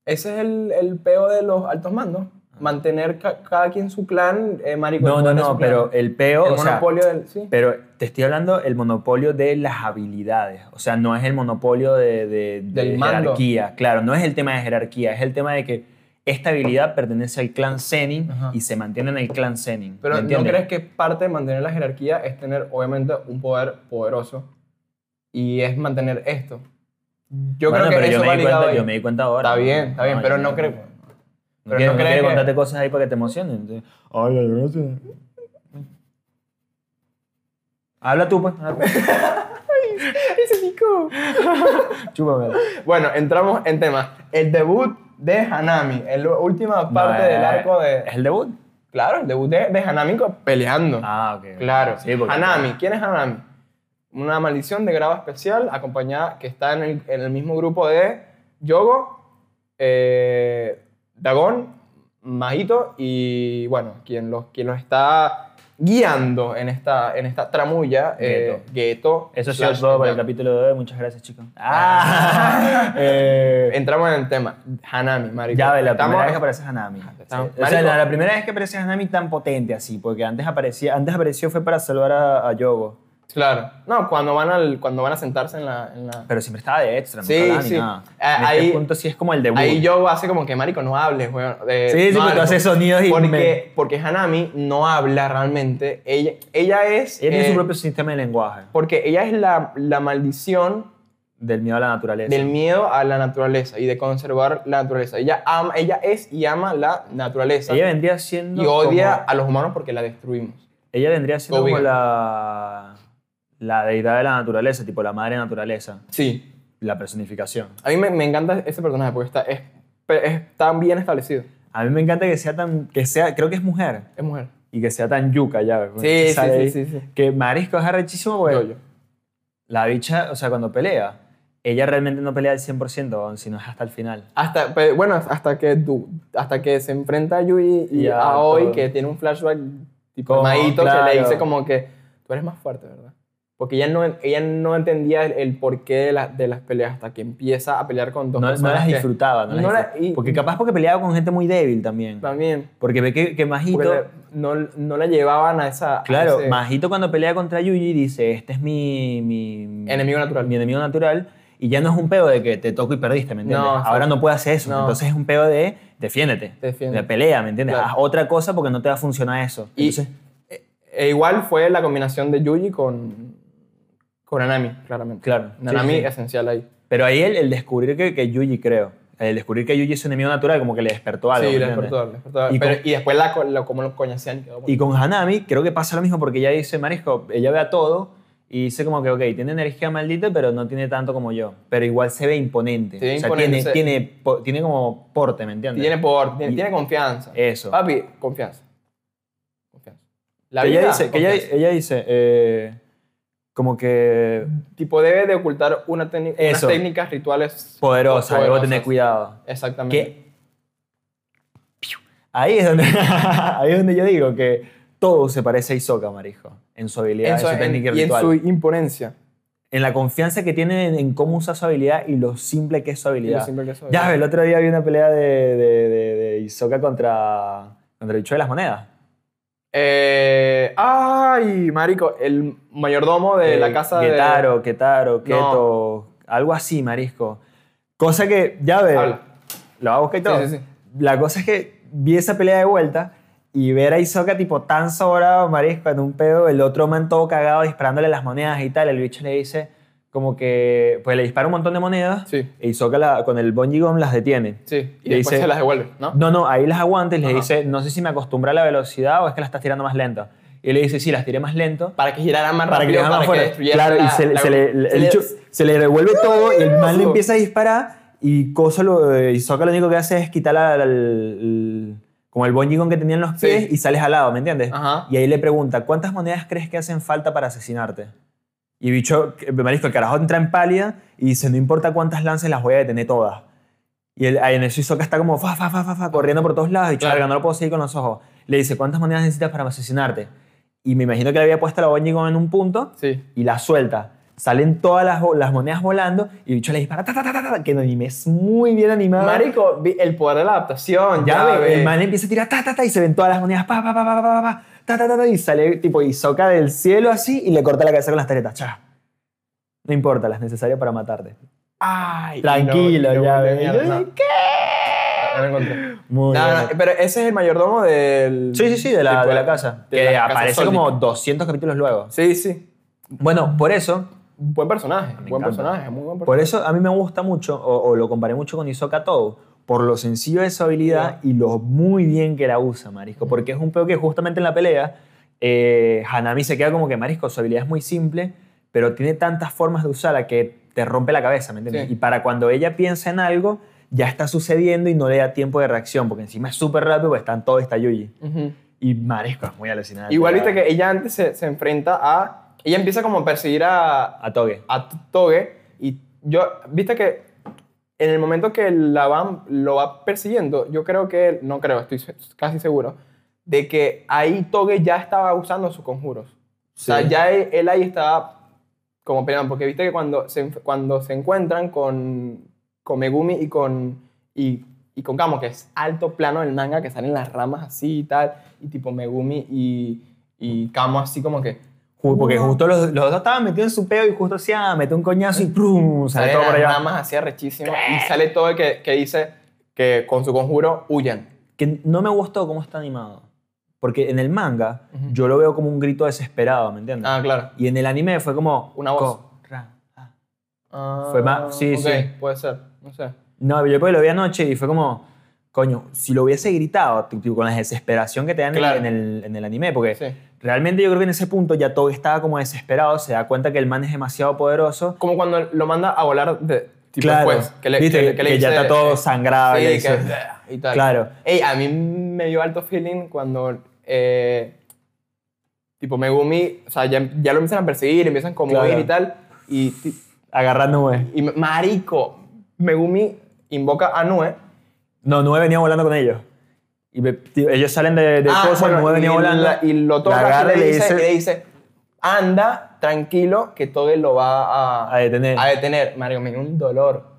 B: Ese es el, el peo de los altos mandos. Mantener ca- cada quien su clan, eh, marico.
C: No, no,
B: cada quien su
C: no,
B: clan.
C: pero el peo...
B: El
C: o sea,
B: monopolio del... Sí.
C: Pero te estoy hablando el monopolio de las habilidades. O sea, no es el monopolio de, de- de
B: Del mando.
C: jerarquía. Claro, no es el tema de jerarquía. Es el tema de que esta habilidad pertenece al clan Zenin
B: Ajá.
C: y se mantiene en el clan Zenin.
B: Pero ¿no
C: ¿me entiendes?
B: crees que parte de mantener la jerarquía es tener, obviamente, un poder poderoso? Y es mantener esto. Yo
C: Bueno,
B: creo que
C: pero
B: eso
C: yo
B: va
C: me, di
B: ligado
C: cuenta,
B: ahí.
C: yo me di cuenta ahora.
B: Está bien, está bien, pero
C: yo
B: no creo...
C: No
B: pero
C: quiero,
B: no
C: no
B: creo
C: quiero
B: que-
C: contarte cosas ahí para que te emocionen. entonces- Ay, ay, gracias. Habla tú, pues.
B: ¡Ese chico!
C: Chúpame.
B: Bueno, entramos en tema. El debut de Hanami, la última parte del
C: eh,
B: arco de...
C: ¿Es el debut?
B: Claro, el debut de, de Hanami co- peleando.
C: Ah, ok.
B: claro.
C: Sí, porque- pues,
B: Hanami, ¿quién es Hanami? Una maldición de grado especial acompañada que está en el, en el mismo grupo de Yogo, eh, Dagon, Mahito y bueno, quien los, quien los está guiando en esta, en esta tramulla, eh, Gueto.
C: Eso ha sido
B: slash
C: todo para el
B: Dagon.
C: capítulo de hoy. Muchas gracias, chicos. Ah, eh,
B: Entramos en el tema. Hanami, marico.
C: ya ve, la
B: Estamos-
C: primera vez que aparece Hanami.
B: Estamos-
C: O sea,
B: Marico.
C: la, la primera vez que aparece Hanami tan potente así, porque antes aparecía, antes apareció fue para salvar a, a Yogo,
B: Claro. No, cuando van, al, cuando van a sentarse en la- en la
C: pero siempre estaba de extra, no
B: Sí,
C: hablaba ni
B: sí.
C: nada.
B: Ah,
C: en este
B: ahí-
C: punto sí es como el debut.
B: Ahí yo hace como que, marico, no hables, weón. Eh,
C: Sí, sí,
B: no
C: porque tú
B: hables.
C: haces sonidos y
B: Porque,
C: me-
B: porque Hanami no habla realmente. Ella, ella es...
C: Ella tiene
B: eh,
C: su propio sistema de lenguaje.
B: Porque ella es la, la maldición
C: Del miedo a la naturaleza.
B: del miedo a la naturaleza y de conservar la naturaleza. Ella, ama, ella es y ama la naturaleza
C: Ella vendría siendo.
B: y odia
C: como-
B: a los humanos porque la destruimos.
C: ella vendría siendo como
B: Obliga.
C: la. La deidad de la naturaleza, tipo la madre naturaleza.
B: Sí,
C: La personificación.
B: a mí me, me encanta ese personaje porque está, es, pe- es tan bien establecido.
C: A mí me encanta que sea tan. que sea, creo que es mujer.
B: Es mujer.
C: Y que sea tan yuca ya.
B: Sí,
C: que
B: sí,
C: sale
B: sí,
C: ahí.
B: sí, sí.
C: Que Marisco es arrechísimo, güey.
B: Yo, yo.
C: La bicha, o sea, cuando pelea, ella realmente no pelea al 100%, weón, sino es hasta el final.
B: Hasta, pe- bueno, hasta que, du- hasta que se enfrenta a Yui y
C: Y a
B: a Oi,
C: todo.
B: que tiene un flashback tipo
C: Como,
B: maíto que le
C: claro.
B: dice como que tú eres más fuerte, ¿verdad? Porque ella no, ella no entendía el, el porqué de, la- de las peleas hasta que empieza a pelear con
C: No,
B: dos
C: no
B: personas
C: las
B: que-
C: disfrutaba, no, las
B: no la-
C: disfrutaba.
B: y-
C: Porque capaz porque peleaba con gente muy débil también.
B: También.
C: Porque ve que, que Majito...
B: Porque le- no, no la llevaban a esa... a
C: Claro,
B: ese
C: Majito cuando pelea contra Yuji dice, este es mi, mi,
B: Enemigo natural.
C: mi enemigo natural. Y ya no es un peo de que te toco y perdiste, ¿me entiendes?
B: No, exacto.
C: Ahora no puedes hacer eso.
B: No.
C: Entonces es un peo de defiéndete.
B: Defiende.
C: De pelea, ¿me entiendes?
B: Claro.
C: Haz otra cosa porque no te va a funcionar eso.
B: Y
C: Entonces,
B: e- e igual fue la combinación de Yuji con, con Anami, claramente.
C: claro.
B: Nanami
C: Sí, sí.
B: esencial ahí.
C: Pero ahí el, el descubrir que, que Yuji, creo. El descubrir que Yuji es su enemigo natural, como que le despertó algo.
B: sí,
C: ¿me
B: le
C: entiendes?
B: despertó, le despertó.
C: Y
B: Pero-
C: con-
B: y después la, co- lo, como los coñacían. quedó
C: Y con Hanami, creo que pasa lo mismo porque ella dice, Marisco, ella ve a todo y dice como que, ok, tiene energía maldita, pero no tiene tanto como yo. Pero igual se ve imponente.
B: Se ve
C: o sea,
B: imponente,
C: tiene,
B: se-
C: tiene, po- tiene como porte, ¿me entiendes?
B: Tiene poder, tiene,
C: Y-
B: tiene confianza.
C: Eso.
B: Papi, confianza. Confianza. La
C: Que
B: vida,
C: ella dice, que ella,
B: confianza.
C: ella dice eh, como que
B: tipo debe de ocultar una técni- unas
C: Eso.
B: técnicas rituales
C: poderosa, debo
B: poderosas.
C: tener cuidado.
B: Exactamente.
C: Que Piu. ahí es donde, ahí es donde yo digo que todo se parece a Isoka, Marijo, en su habilidad, en
B: En
C: su,
B: su- en-
C: técnica y
B: y en
C: ritual.
B: su imponencia.
C: en la confianza que tiene en, en cómo usa su habilidad y lo simple que es su
B: Y lo
C: habilidad.
B: simple que soy.
C: Ya, el otro día vi una pelea de, de, de, de Hisoka contra, contra el bicho de las monedas.
B: Eh, ay, marico, el mayordomo de la casa de...
C: Ketaro, Eh, Ketaro, Keto, algo así, marisco. Cosa que, ya ve,
B: Habla.
C: lo va a buscar y
B: Sí,
C: todo.
B: sí, sí.
C: La cosa es que vi esa pelea de vuelta y ver a Hisoka tipo tan sobrado, marisco, en un pedo, el otro man todo cagado disparándole las monedas y tal, el bicho le dice como que, pues le dispara un montón de monedas
B: Sí.
C: e Hisoka la- con el bungee gum las detiene.
B: Sí, y
C: Le
B: después
C: dice-
B: se las devuelve, ¿no?
C: No, no, ahí las aguanta y le
B: Ajá.
C: dice, no sé si me acostumbré a la velocidad o es que la estás tirando más lento. Y le dice, sí, las tiré más lento.
B: Para que girara más
C: Para que
B: rápido,
C: le hagan
B: para que
C: afuera.
B: destruyera
C: Claro,
B: la-
C: y se, le-
B: la-
C: se le, el
B: se le-
C: bicho- se le revuelve todo y el mal le
B: ¡Maravilloso!
C: empieza a disparar y Cosa lo, eh, y Sokka lo único que hace es quitar la- la- el- como el bongigón que tenía en los
B: Sí.
C: pies y sales al lado, ¿me entiendes?
B: Ajá.
C: Y ahí le pregunta, ¿cuántas monedas crees que hacen falta para asesinarte? Y bicho, que- marisco, el carajo entra en pálida y dice, no importa cuántas lances, las voy a detener todas. Y el, ahí en eso Hisoka está como fa, fa, fa, fa, fa, corriendo por todos lados y
B: Claro.
C: charga, no lo puedo seguir con los ojos. Le dice, ¿cuántas monedas necesitas para asesinarte? Y me imagino que le había puesto la boñigón en un punto
B: Sí.
C: y la suelta. Salen todas las, bo- las monedas volando y el bicho le dispara, ta, ta, ta, ta, ta, que el anime es muy bien animado.
B: Marico, vi- el poder de la adaptación,
C: ya
B: ya,
C: ve,
B: ve.
C: el man empieza a tirar, ta, ta, ta, y se ven todas las monedas, pa, pa, pa, pa, pa, pa, pa, ta, ta, ta, ta, y sale tipo y soca del cielo así y le corta la cabeza con las tarjetas, cha. No importa, las necesarias para matarte.
B: Ay,
C: Tranquilo,
B: y lo- y lo
C: ya
B: volvió
C: ve.
B: mierda, no.
C: Yo, ¿Qué?
B: No lo encontré.
C: Muy
B: No,
C: bueno.
B: no, pero ese es el mayordomo del...
C: Sí, sí, sí, de la,
B: tipo,
C: de la casa.
B: de
C: que
B: la casa
C: aparece
B: sólida.
C: como 200 capítulos luego.
B: Sí, sí.
C: Bueno, por eso,
B: Buen personaje, buen
C: encanta.
B: personaje, muy buen personaje.
C: Por eso a mí me gusta mucho, o, o lo comparé mucho con Hisoka Tou, por lo sencillo de su habilidad y lo muy bien que la usa, Marisco. Porque es un peo que justamente en la pelea, eh, Hanami se queda como que, Marisco, su habilidad es muy simple, pero tiene tantas formas de usarla que te rompe la cabeza, ¿me entiendes?
B: Sí.
C: Y para cuando ella piensa en algo, ya está sucediendo y no le da tiempo de reacción, porque encima es súper rápido, pues porque están todos esta Yuji.
B: Ujú.
C: Y Marisco es muy alucinante.
B: Igual
C: la
B: viste
C: verdad.
B: que ella antes se, se enfrenta a... Ella empieza como a perseguir a,
C: A Toge.
B: a Toge y yo... Viste que en el momento que la van, lo va persiguiendo, yo creo que... No creo, estoy se- casi seguro. De que ahí Toge ya estaba usando sus conjuros. O sea,
C: Sí.
B: ya él, él ahí estaba como peleando, porque viste que cuando se, enf- cuando se encuentran con, con Megumi y con, y, y con Kamo, que es alto plano del manga, que salen las ramas así y tal, y tipo Megumi y, y Kamo así como que...
C: Ju- Porque
B: "Wow",
C: justo los, los dos estaban metidos en su peo y justo así, ah, mete un coñazo y ¡prum!
B: salen
C: Sale todo
B: las
C: por allá.
B: ramas así arrechísimas, y sale todo el que, que dice que con su conjuro huyan.
C: que no me gustó cómo está animado. Porque en el manga
B: Ujú.
C: yo lo veo como un grito desesperado, ¿me entiendes?
B: Ah, claro.
C: Y en el anime fue como...
B: Una voz.
C: "Ko- ra- ah".
B: Ah,
C: Fue más- sí,
B: ok,
C: sí.
B: puede ser, no sé.
C: No, yo porque lo vi anoche y fue como, coño, si lo hubiese gritado, tipo, con la desesperación que te dan en-
B: Claro.
C: en, el, en el anime, porque
B: Sí.
C: realmente yo creo que en ese punto ya todo estaba como desesperado, se da cuenta que el man es demasiado poderoso.
B: Como cuando lo manda a volar de tipo después, que le,
C: ¿viste?
B: que, le- que le
C: ya
B: dice-
C: está todo sangrado.
B: Sí,
C: que le
B: que-
C: dice-
B: y tal.
C: Claro.
B: Ey, a mí me dio alto feeling cuando. eh, tipo, Megumi. O sea, ya, ya lo empiezan a perseguir, empiezan como
C: Claro.
B: ir y tal. Y, ti-
C: Agarrar nube.
B: y Marico, Megumi invoca a Nue.
C: No, nube venía volando con ellos. Y me- tío, ellos salen de, de
B: Ah,
C: cosas,
B: bueno,
C: nube venía
B: y
C: volando.
B: la- y lo
C: La
B: toca
C: agarra
B: y le dice, y le dice: Anda, tranquilo, que todo lo va a,
C: A detener.
B: a detener. Marico, me dio un dolor.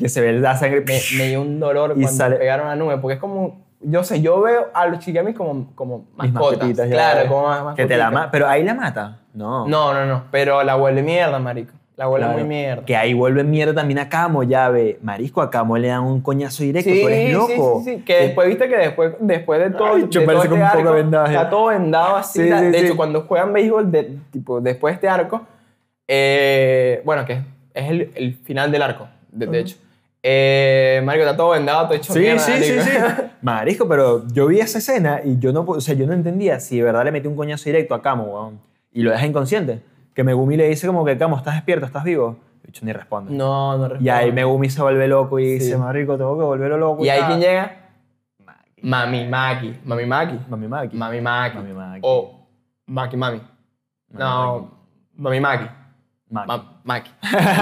C: que se ve la sangre.
B: me, me dio un dolor
C: Y
B: cuando
C: sale-
B: pegaron a nube, porque es como, yo sé, yo veo a los chigamis como, como
C: mis
B: mascotas,
C: mascotitas, ya,
B: claro,
C: ya.
B: como ma- mascotitas.
C: Que te la ma- Pero ahí la mata. No.
B: No, no, no, pero la huele mierda, marico, la huele
C: Claro.
B: muy mierda.
C: Que ahí vuelve mierda también a Camo, ya ve. Marisco, a Camo le dan un coñazo directo,
B: Sí,
C: tú eres
B: sí,
C: loco.
B: sí, sí, que después, viste que después, después de todo, de
C: Ay, yo
B: todo
C: parece
B: este
C: como un poco
B: arco,
C: vendaje.
B: está todo vendado así,
C: Sí,
B: la-
C: sí,
B: de
C: sí.
B: hecho, cuando juegan béisbol, de, tipo, después de este arco, eh, bueno, que es, es el, el final del arco, de, de hecho, eh, marico, está todo vendado, todo hecho
C: Sí,
B: mierda,
C: sí, sí,
B: marico.
C: sí. Marisco, pero yo vi esa escena y yo no, po- o sea, yo no entendía si de verdad le metí un coñazo directo a Camo, weón. Y lo deja inconsciente. Que Megumi le dice como que, Camo, ¿estás despierto? ¿Estás vivo? El bicho ni responde.
B: No, no
C: Y ahí
B: respondo.
C: Megumi se vuelve loco y dice, marico, tengo que volverlo loco.
B: ¿Y ahí
C: tal".
B: quién llega? Mami Maki. Mami Maki.
C: Mami Maki.
B: Mami Maki.
C: Mami Maki.
B: O Maki Mami. No, Mami Maki.
C: Maki.
B: Ma- Maki.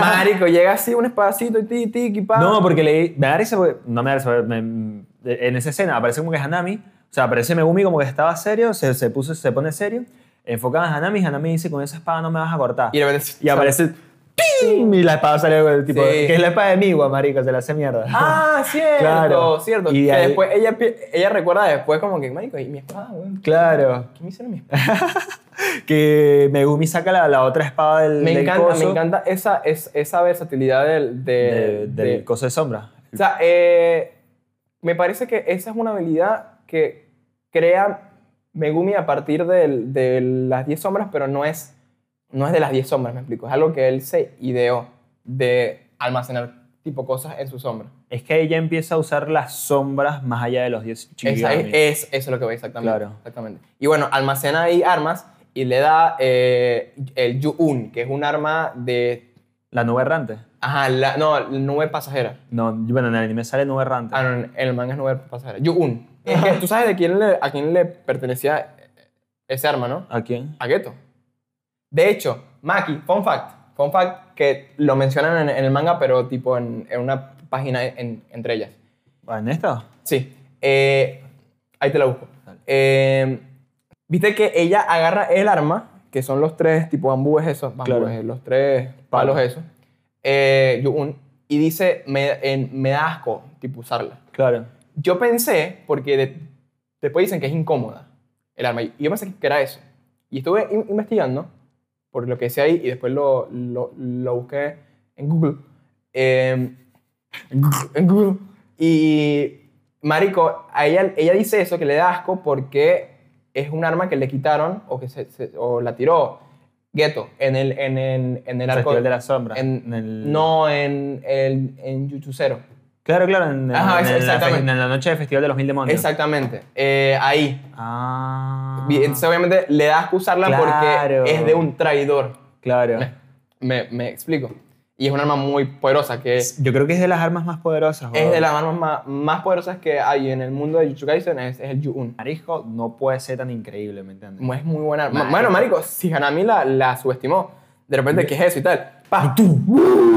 B: Marico, llega así un espadacito y ti, tiki, pa.
C: No, porque le me da risa porque- no me da risa, me- me- en esa escena aparece como que Hanami, o sea, aparece Megumi como que estaba serio, se, se puso, se pone serio, enfocaba a Hanami y Hanami dice, con esa espada no me vas a cortar.
B: Y de repente-
C: Y aparece, ¡ting! y la espada sale del tipo,
B: Sí.
C: que es la espada de Miwa, marico, se la hace mierda.
B: Ah, cierto,
C: Claro.
B: cierto.
C: Y
B: que
C: ahí-
B: después ella, pi- ella recuerda después como que, marico, ¿y mi espada, weón?
C: Claro,
B: ¿Qué me hicieron mi espada?
C: que Eh, Megumi saca la, la otra espada del
B: Me
C: del
B: encanta, me
C: coso,
B: encanta esa, es- esa versatilidad del... de-
C: de- del
B: de-
C: coso de sombra.
B: O sea, eh, me parece que esa es una habilidad que crea Megumi a partir del- de las 10 sombras, pero no es, no es de las 10 sombras, me explico. Es algo que él se ideó de almacenar tipo cosas en su sombra.
C: Es que ella empieza a usar las sombras más allá de los 10
B: Esa es,
C: Shinigami.
B: es- eso es lo que voy exactamente,
C: Claro.
B: exactamente. Y bueno, almacena ahí armas y le da eh, el Yuun, que es un arma de...
C: La nube errante.
B: Ajá, la- no, nube pasajera.
C: No, bueno, en el anime sale nube errante.
B: Ah, no, el manga es nube pasajera. Yuun. Es que tú sabes de quién le, a quién le pertenecía ese arma, ¿no?
C: ¿A quién?
B: A Geto. De hecho, Maki, fun fact, fun fact que lo mencionan en, en el manga, pero tipo en, en una página en- entre ellas.
C: ¿En esta?
B: Sí. eh, ahí te la busco. Eh, Viste que ella agarra el arma, que son los tres tipo bambúes esos,
C: Claro.
B: bambúes, los tres palos
C: Palos.
B: esos, eh, Yuun, y dice, me, en- me da asco, tipo usarla.
C: Claro.
B: Yo pensé, porque de- después dicen que es incómoda el arma, y yo pensé que era eso. Y estuve in- investigando por lo que decía ahí, y después lo, lo, lo busqué en Google. eh, en Google- en Google. Y, marico, a ella, ella dice eso, que le da asco porque es un arma que le quitaron o que se, se- o la tiró Geto en el, en el, en el
C: El
B: arco.
C: Festival de la Sombra.
B: en-
C: En el-
B: No, en, el, en Yuchucero.
C: Claro, claro. En,
B: Ajá,
C: en- en la, fe-
B: exactamente.
C: en la noche del Festival de los Mil Demonios.
B: Exactamente. eh, ahí.
C: Ah.
B: Y Entonces, obviamente, le da asco usarla
C: Claro.
B: porque es de un traidor.
C: Claro.
B: Me, me- me explico. Y es un arma muy poderosa, que es,
C: Yo creo que es de las armas más poderosas.
B: es
C: weón.
B: de las armas ma- más, poderosas que hay en el mundo de Jujutsu Kaisen, es, es el Ju-Un.
C: Marisco no puede ser tan increíble, ¿me entiendes?
B: Es muy buena arma.
C: Marico.
B: Bueno, marico, si Hanami la, la subestimó, de repente, ¿qué es eso y tal? Pa.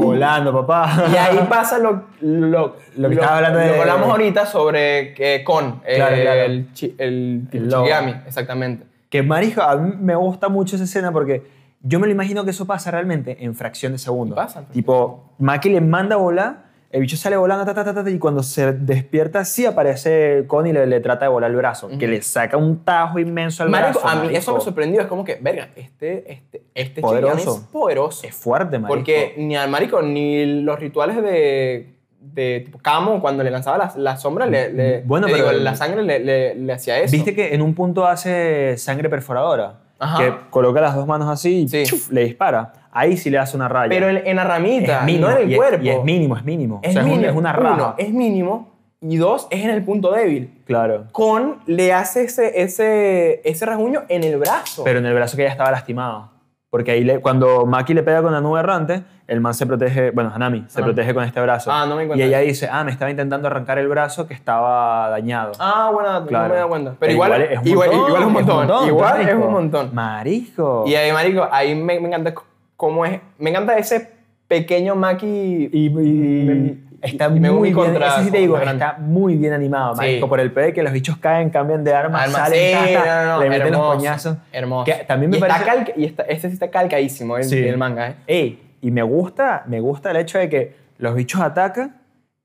C: Volando, papá.
B: Y ahí pasa lo, lo,
C: Lo que estabas hablando
B: Lo
C: de-
B: que hablamos ahorita sobre que Kon,
C: Claro,
B: eh,
C: claro.
B: el, chi- el tipo
C: lobo.
B: Shigami, exactamente.
C: Que Marisco, a mí me gusta mucho esa escena porque yo me lo imagino que eso pasa realmente en fracción de segundo.
B: Pasa en fracción.
C: Tipo, Maki le manda a volar, el bicho sale volando, ta, ta, ta, ta, ta, y cuando se despierta, sí aparece Connie y le, le trata de volar el brazo, que le saca un tajo inmenso al
B: Marico,
C: brazo.
B: a mí eso me
C: marico.
B: sorprendió. Es como que, verga, este, este, este
C: Poderoso.
B: Shigami es poderoso.
C: Es fuerte, Marisco.
B: Porque ni al marico, ni los rituales de, de tipo Camo, cuando le lanzaba las las sombras, le, le-
C: Bueno,
B: te
C: pero
B: digo,
C: el-
B: la sangre le, le- le hacía eso.
C: Viste que en un punto hace sangre perforadora.
B: Ajá.
C: Que coloca las dos manos así y
B: Sí.
C: chuf, le dispara. ahí sí le hace una raya.
B: Pero en, en la ramita,
C: es mínimo,
B: no en el
C: y es-
B: cuerpo.
C: y es mínimo, es mínimo.
B: Es
C: o sea, es un-
B: mínimo.
C: es una
B: Uno,
C: raja.
B: es mínimo. Y dos, es en el punto débil.
C: Claro.
B: Con le hace ese, ese, ese rasguño en el brazo.
C: Pero en el brazo que ya estaba lastimado. Porque ahí le- cuando Maki le pega con la nube errante, el man se protege, bueno, Hanami, se
B: Ajá.
C: protege con este brazo.
B: Ah, no me di
C: Y
B: cuenta.
C: ella dice, ah, me estaba intentando arrancar el brazo que estaba dañado.
B: ah, bueno,
C: Claro.
B: no me da cuenta. Pero, igual, igual,
C: es un
B: igual,
C: montón,
B: es un montón. Igual es
C: marico.
B: un montón.
C: Marisco.
B: Y ahí, marico, ahí me, me encanta c- cómo es. Me encanta ese pequeño Maki.
C: Y, y-
B: Me-
C: está
B: y me
C: muy
B: voy
C: bien,
B: contra-
C: ese sí te digo,
B: contra
C: está muy bien animado, marico,
B: Sí.
C: por el pedo que los bichos caen, cambian de arma,
B: Alma-
C: salen,
B: sí,
C: ta, ta,
B: no, no, no,
C: le meten
B: hermoso,
C: los coñazos.
B: Hermoso.
C: Que también me
B: Y
C: parece-
B: Está calca- y está, este sí está calcadísimo, el,
C: Sí.
B: el manga, ¿eh?
C: Ey, y me gusta, me gusta el hecho de que los bichos atacan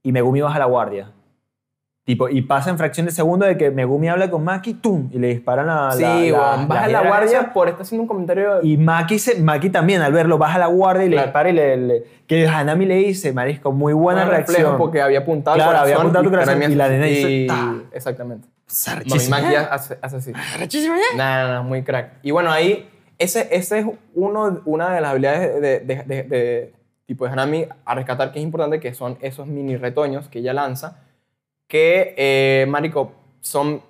C: y Megumi baja la guardia. Tipo, y pasa en fracción de segundo de que Megumi habla con Maki, ¡tum! Y le disparan la...
B: Sí,
C: la, la-
B: weón, baja la
C: hiedra
B: guardia
C: esa.
B: por estar haciendo un comentario.
C: Y Maki, se, Maki también, al verlo, baja la guardia y le
B: Claro.
C: dispara y le, le- Que Hanami le dice, marisco, muy buena
B: buen reflejo
C: reacción.
B: porque había apuntado
C: Claro,
B: al
C: había
B: corazón
C: apuntado tu
B: pero
C: corazón
B: a mí
C: y la
B: hace-
C: nena hizo,
B: y-
C: ta.
B: Exactamente. Mami
C: Sarchísima.
B: Maki hace, hace así. Nada, nada, muy crack. Y bueno, ahí, ese, ese es uno, una de las habilidades de, de- de- de- tipo de Hanami a rescatar que es importante, que son esos mini retoños que ella lanza, que, eh, marico, son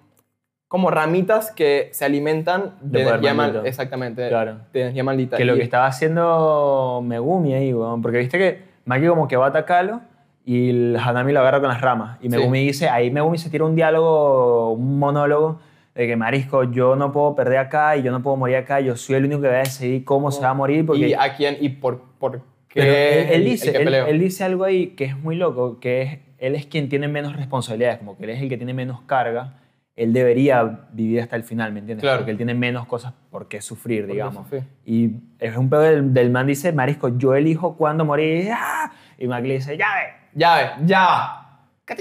B: como ramitas que se alimentan
C: De
B: de,
C: poder
B: energía mal-
C: maldito.
B: Exactamente,
C: Claro.
B: de energía maldita.
C: Que lo
B: Y-
C: que estaba haciendo Megumi ahí, weón. Porque viste que Maki como que va a atacarlo y el Hanami lo agarra con las ramas. Y Megumi dice, ahí Megumi se tira un diálogo, un monólogo de que Marisco, yo no puedo perder acá y yo no puedo morir acá, yo soy el único que va a decidir cómo se va a morir porque...
B: Oh. y a quién y por, por qué
C: Pero él, él
B: el- el
C: dice,
B: que
C: él,
B: peleó.
C: él dice algo ahí que es muy loco, que es, él es quien tiene menos responsabilidades, como que él es el que tiene menos carga, él debería vivir hasta el final, ¿me entiendes?
B: Claro.
C: Porque él tiene menos cosas por qué sufrir,
B: qué
C: digamos.
B: sufrir.
C: Y es un pedo del, del man dice, marisco, yo elijo cuándo morir, ¡ah! y Mac le dice, ya ve.
B: Ya ve, ya va.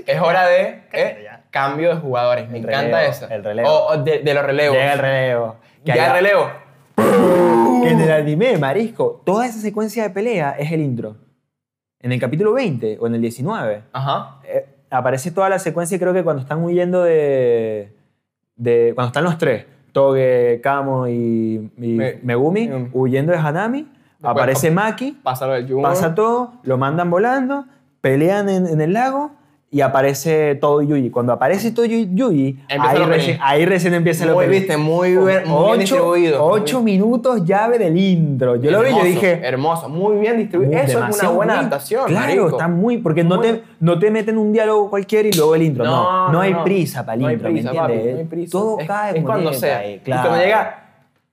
B: Es hora de eh,
C: ya.
B: cambio de jugadores. Me
C: El
B: encanta
C: relevo,
B: eso.
C: el relevo.
B: O, o de, de los relevos.
C: Llega el relevo. Que
B: ya el
C: haya-
B: relevo.
C: que en el anime, marisco, toda esa secuencia de pelea es el intro. En el capítulo 20 o en el 19.
B: Ajá.
C: eh, aparece toda la secuencia, creo que cuando están huyendo de. de cuando están los tres, Toge, Kamo y, y
B: Me-
C: Megumi,
B: Megumi.
C: huyendo de Hanami, aparece Maki,
B: Pasa lo del Jun.
C: pasa todo, lo mandan volando, pelean en, en el lago y aparece todo Yuji. Cuando aparece todo Yu- Yuji,
B: Empieza
C: ahí
B: el opening.
C: recién, ahí recién empieza el
B: Muy,
C: opening.
B: viste, muy, bien- muy bien
C: Ocho,
B: distribuido.
C: ocho minutos llave del intro. Yo lo vi y yo
B: Hermoso,
C: dije,
B: Hermoso, muy bien distribuido.
C: muy-
B: Eso es una
C: demasiado
B: buena
C: bien.
B: adaptación.
C: Claro,
B: marico.
C: está muy. Porque no,
B: Muy-
C: te, no te meten un diálogo cualquiera y luego el intro. No, no, hay prisa para el
B: No hay
C: intro. ¿me
B: prisa, papi,
C: entiendes?
B: no hay prisa.
C: Todo
B: es,
C: cae
B: es
C: como
B: cuando
C: tiene que
B: sea.
C: caer,
B: Y cuando llega,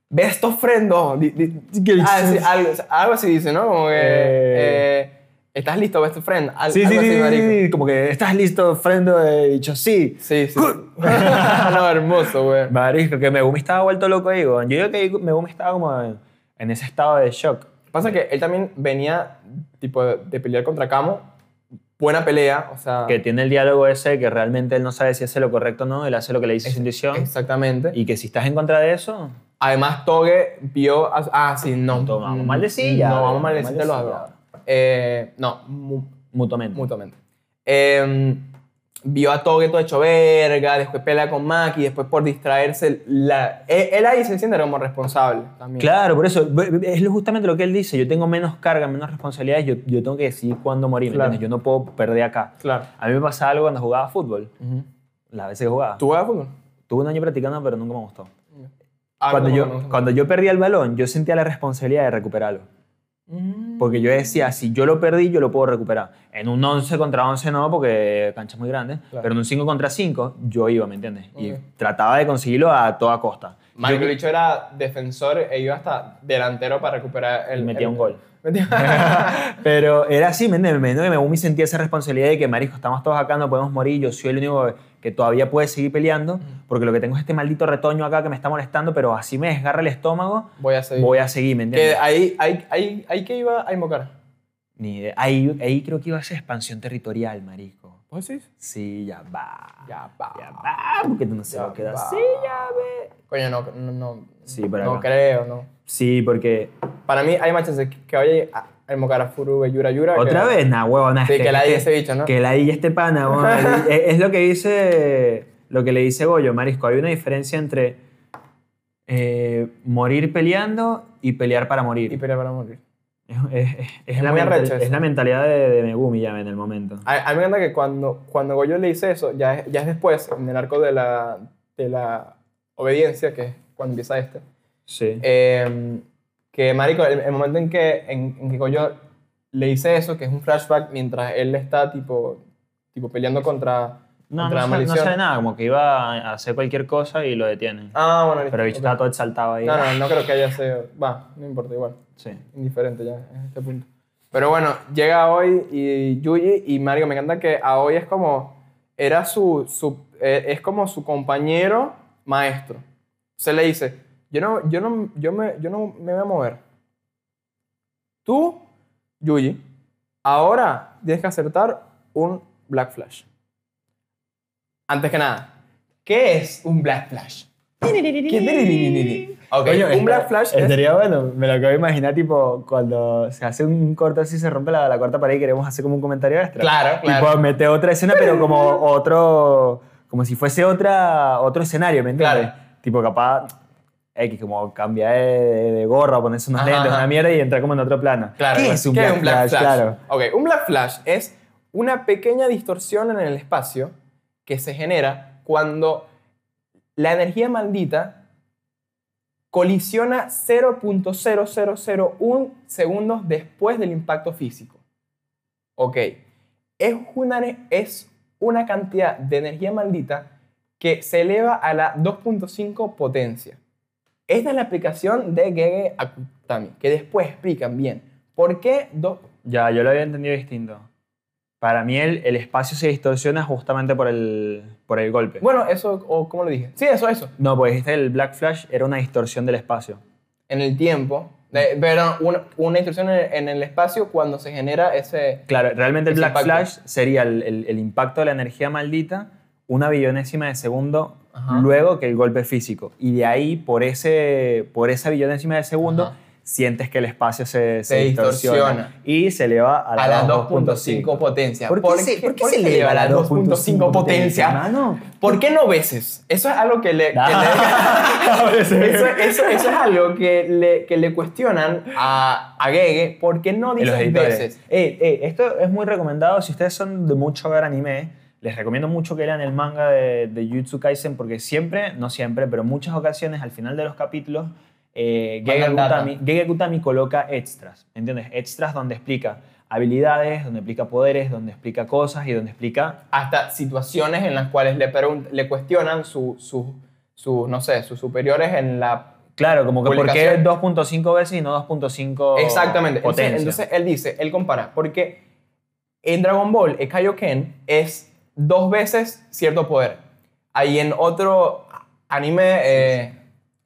B: ve estos frendos. di- di-
C: Que-
B: ah, sí, algo, algo así dice, ¿no? Como que.
C: Eh.
B: eh, ¿Estás listo, ve estos friend? Al-
C: Sí, sí,
B: algo
C: sí,
B: así,
C: sí,
B: marico.
C: sí, Como que estás listo, Frendo. He dicho sí.
B: Sí, sí. no, hermoso, güey.
C: Marisco, que Megumi estaba vuelto loco ahí. weón. Yo creo que ahí Megumi estaba como en, en ese estado de shock.
B: Pasa que él también venía, tipo, de, de pelear contra Camo. Buena pelea, o sea.
C: Que tiene el diálogo ese que realmente él no sabe si hace lo correcto o no. Él hace lo que le dice su intuición.
B: Exactamente.
C: Y que si estás en contra de eso,
B: Además, Toge vio. a- ah, sí, no.
C: No, vamos mal de silla,
B: No, vamos
C: eh,
B: mal de
C: mal
B: silla
C: de
B: los
C: silla.
B: dos. Eh, no, mu-
C: mutuamente.
B: mutuamente. Eh, vio a Toge todo hecho verga, después pelea con Maki, después por distraerse. la- él, él ahí se siente como responsable también.
C: Claro, por eso b- b- es lo- justamente lo que él dice. Yo tengo menos carga, menos responsabilidades. Yo, yo tengo que decidir cuándo morir. ¿me
B: Claro.
C: entiendes? Yo no puedo perder acá.
B: Claro.
C: A mí me pasaba algo cuando jugaba fútbol. Las veces que jugaba.
B: ¿Tú juegas fútbol?
C: Tuve un año practicando, pero nunca me gustó.
B: Ah,
C: cuando,
B: no,
C: yo,
B: no, no, no.
C: cuando yo perdía el balón, yo sentía la responsabilidad de recuperarlo.
B: Mm.
C: Porque yo decía, si yo lo perdí, yo lo puedo recuperar. En un 11 contra 11 no, porque canchas muy grandes.
B: Claro.
C: Pero en un 5 contra 5, yo iba, ¿me entiendes? Y
B: Ok.
C: trataba de conseguirlo a toda costa.
B: Michael Licho era defensor e iba hasta delantero para recuperar el.
C: Y metía
B: el-
C: un gol.
B: Metía-
C: Pero era así, ¿me entiendes? Me entiendes que Megumi sentía esa responsabilidad de que, marisco, estamos todos acá, no podemos morir, yo soy el único que todavía puede seguir peleando, porque lo que tengo es este maldito retoño acá que me está molestando, pero así me desgarra el estómago,
B: Voy a seguir.
C: voy a seguir, ¿me
B: que
C: entiendes?
B: ahí, ahí, ahí, ahí que iba a invocar.
C: Ni idea. Ahí, ahí creo que iba a ser expansión territorial, marisco.
B: ¿Vos decís?
C: Sí, ya va.
B: Ya va.
C: Ya va, porque tú no se va a quedar
B: va.
C: así, ya ve.
B: Coño, no, no, no,
C: Sí, por
B: no
C: acá.
B: creo, no.
C: Sí, porque...
B: Para mí hay más chances que- que vaya a a invocar a Furu Yura Yura. que-
C: Otra vez, nah, huevona.
B: Sí,
C: este-
B: que la
C: este-
B: diga ese bicho, ¿no?
C: Que la diga este pana, weón. El- es, es lo que dice, lo que le dice Goyo, Marisco. Hay una diferencia entre eh, morir peleando y pelear para morir.
B: Y pelea para morir.
C: Es, es- es- es
B: Es
C: la,
B: muy
C: mental-
B: arrecho
C: es
B: eso.
C: la mentalidad de, de Megumi ya en el momento.
B: A, a mí me encanta que cuando, cuando Goyo le dice eso, ya es, ya es después, en el arco de la, de la obediencia, que es cuando empieza este,
C: Sí.
B: eh, que marico, el, el momento en que, en, en que Goyo le dice eso, que es un flashback mientras él está tipo, tipo peleando contra,
C: no,
B: contra la
C: no, sabe, no
B: maldición.
C: sabe nada, como que iba a hacer cualquier cosa y lo detienen.
B: Ah, bueno, listo,
C: Pero el bicho
B: ok.
C: estaba todo exaltado ahí.
B: No, no, no creo que haya sido. Va, no importa, igual.
C: Sí.
B: Indiferente ya en este punto. Pero bueno, llega hoy y Yuji y Mario, me encanta que a hoy es como. Era su. su- eh, es como su compañero maestro. Se le dice: Yo no, yo no, yo me, yo no me voy a mover. Tú, Yuji, ahora tienes que acertar un Black Flash. Antes que nada, ¿qué es un Black Flash? Ok,
A: Coño,
B: un
A: esta-
B: Black Flash es
A: Estaría bueno, me lo acabo de imaginar, tipo, cuando se hace un corto así, se rompe la, la cuarta pared y queremos hacer como un comentario extra.
B: Claro, claro.
A: Tipo, mete otra escena, pero como otro, como si fuese otra, otro escenario, ¿me entiendes?
B: Claro.
A: Tipo, capaz, X, como cambiar de, de gorra, ponerse unos
B: Ajá,
A: lentes,
B: ajá.
A: una mierda y entrar como en otro plano.
B: Claro,
A: ¿Qué
B: claro.
A: es un Black, Flash? Claro.
B: Ok, un black flash es una pequeña distorsión en el espacio que se genera cuando la energía maldita colisiona 0.0001 segundos después del impacto físico. Ok, es una, ne- es una cantidad de energía maldita que se eleva a la 2.5 potencia. Esta es la explicación de Gege Akutami, que después explican bien por qué do-
C: Ya, yo lo había entendido distinto. Para mí el, el espacio se distorsiona justamente por el, por el golpe.
B: Bueno, eso, o ¿cómo lo dije? Sí, eso, eso.
C: No, pues este, el Black Flash era una distorsión del espacio.
B: En el tiempo, de- pero una, una instrucción en, en el espacio cuando se genera ese...
C: Claro, realmente el
B: Ese
C: Black
B: impacto.
C: Flash sería el, el- el impacto de la energía maldita una billonésima de segundo
B: Ajá.
C: luego que el golpe físico. Y de ahí, por, ese, por esa billonésima de segundo,
B: Ajá.
C: sientes que el espacio se, se,
B: Se distorsiona.
C: distorsiona, y se eleva a la,
B: A la
C: 2.5.
B: 2.5 potencia.
A: ¿Por qué se- por qué se eleva
B: eleva a la 2.5
A: 2.5 potencia,
B: potencia?
A: mano?
B: ¿Por qué no veces? Eso es algo que le... que le- eso, eso- eso es algo que le, que le cuestionan a, a Gege. ¿Por qué no
C: Y los
B: dices
C: editores.
B: veces?
C: Ey, ey, Eh, esto es muy recomendado. Si ustedes son de mucho ver anime, les recomiendo mucho que lean el manga de, de Jujutsu Kaisen porque siempre, no siempre, pero en muchas ocasiones al final de los capítulos, eh, Gege,
B: Mandan data.
C: Kutami, Gege Kutami coloca extras, ¿entiendes? Extras donde explica habilidades, donde explica poderes, donde explica cosas y donde explica...
B: hasta situaciones en las cuales le, pregun- le cuestionan su, su, su, no sé, sus superiores en la...
C: Claro, como que por qué
B: Publicación.
C: 2.5 veces y no 2.5
B: Exactamente. Entonces,
C: potencia.
B: entonces él dice, él compara, porque en Dragon Ball, el Kaioken es dos veces cierto poder. Ahí en otro anime eh,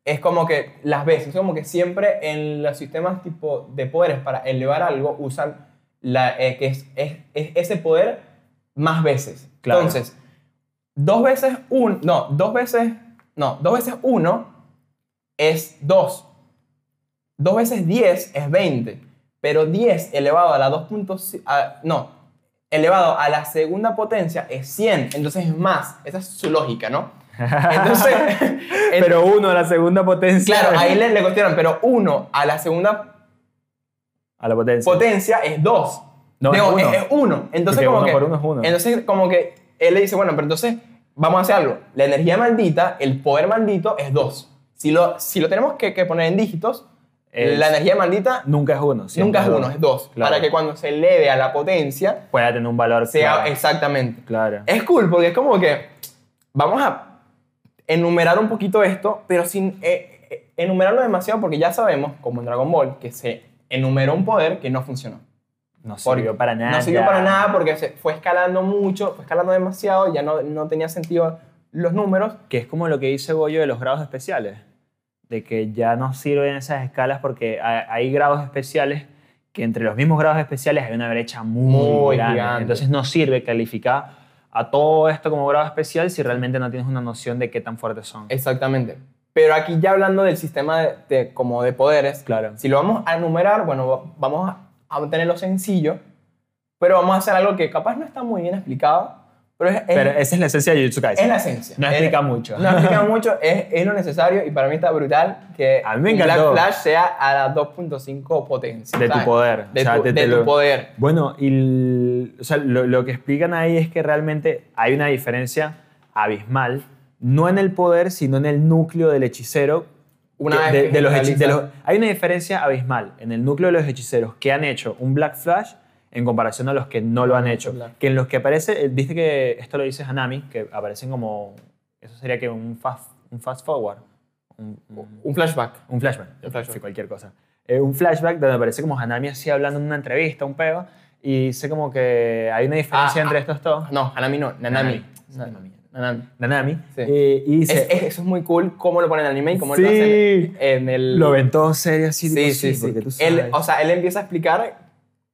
B: es como que las veces, es como que siempre en los sistemas tipo de poderes para elevar algo usan la, eh, que es, es- es ese poder más veces.
C: Claro.
B: Entonces, dos veces un, no, dos veces, no, dos veces uno es dos. Dos veces 10 es 20, pero 10 elevado a la 2.5, a- no, elevado a la segunda potencia es 100, entonces es más, esa es su lógica, ¿no? Entonces, en-
A: Pero uno, la segunda potencia.
B: claro, ahí le, le cuestionan, pero 1 a la segunda
C: a la potencia.
B: potencia es 2.
C: No, es uno.
B: es 1. Entonces,
C: Porque
B: como
C: uno
B: que,
C: por uno es uno.
B: entonces como que él le dice, bueno, pero entonces vamos a hacer algo, la energía maldita, el poder maldito es 2. Si lo, si lo tenemos que, que poner en dígitos,
C: Es-
B: la energía maldita
C: Nunca es uno. siempre
B: Nunca es uno, es dos.
C: Claro.
B: Para que cuando se eleve a la potencia,
C: Pueda tener un valor.
B: sea
C: claro.
B: exactamente.
C: Claro.
B: Es cool porque es como que vamos a enumerar un poquito esto, pero sin eh, eh, enumerarlo demasiado porque ya sabemos, como en Dragon Ball, que se enumeró un poder que no funcionó.
C: No
B: Porque-
C: sirvió para nada.
B: No sirvió para nada porque se fue escalando mucho, fue escalando demasiado, ya no, no tenía sentido los números.
C: Que es como lo que dice Goyo de los grados especiales. De que ya no sirven esas escalas porque ha- hay grados especiales que entre los mismos grados especiales hay una brecha muy,
B: Muy
C: grande.
B: gigante.
C: Entonces no sirve calificar a todo esto como grado especial si realmente no tienes una noción de qué tan fuertes son.
B: Exactamente. Pero aquí ya hablando del sistema de, de- como de poderes,
C: Claro.
B: si lo vamos a enumerar, bueno, va- vamos a, a mantenerlo sencillo, pero vamos a hacer algo que capaz no está muy bien explicado, Pero es, es-
C: Pero esa es la esencia de Jujutsu Kaisen.
B: es la esencia.
C: No
B: Es-
C: explica mucho.
B: No explica mucho, es, es lo necesario y para mí está brutal que
C: A mí me
B: Black
C: encantó.
B: Flash sea a la 2.5 potencia.
C: De tu
B: ¿sabes?
C: poder,
B: De,
C: o sea,
B: tu,
C: te- te
B: de
C: lo-
B: tu poder.
C: Bueno, y el- o sea, lo, lo que explican ahí es que realmente hay una diferencia abismal, no en el poder, sino en el núcleo del hechicero.
B: Una
C: que-
B: vez
C: de,
B: que
C: de los hechi-
B: generalizan.
C: de los- Hay una diferencia abismal en el núcleo de los hechiceros que han hecho un Black Flash en comparación a los que no
A: Ah,
C: lo han hecho.
B: Claro.
C: Que en los que aparece, eh, viste que esto lo dice Hanami, que aparecen como, eso sería que un fast, un fast forward. un- un-
B: Un flashback.
C: un flashback.
B: Un flashback.
C: Sí, cualquier cosa. Eh, un flashback donde aparece como Hanami así hablando en una entrevista, un peo, y dice como que hay una diferencia
B: Ah,
C: entre
B: ah,
C: estos dos.
B: No, Hanami no, Nanami.
C: Nanami.
B: Nanami.
C: Nanami.
B: Sí.
C: eh, y
B: Es-
C: dice,
B: es- eso es muy cool cómo lo ponen en el anime y cómo
C: Sí.
B: lo hacen en el...
C: lo ven todo serio así.
B: Sí,
C: tipo,
B: sí, sí.
C: porque tú sabes.
B: Él, o sea, él empieza a explicar...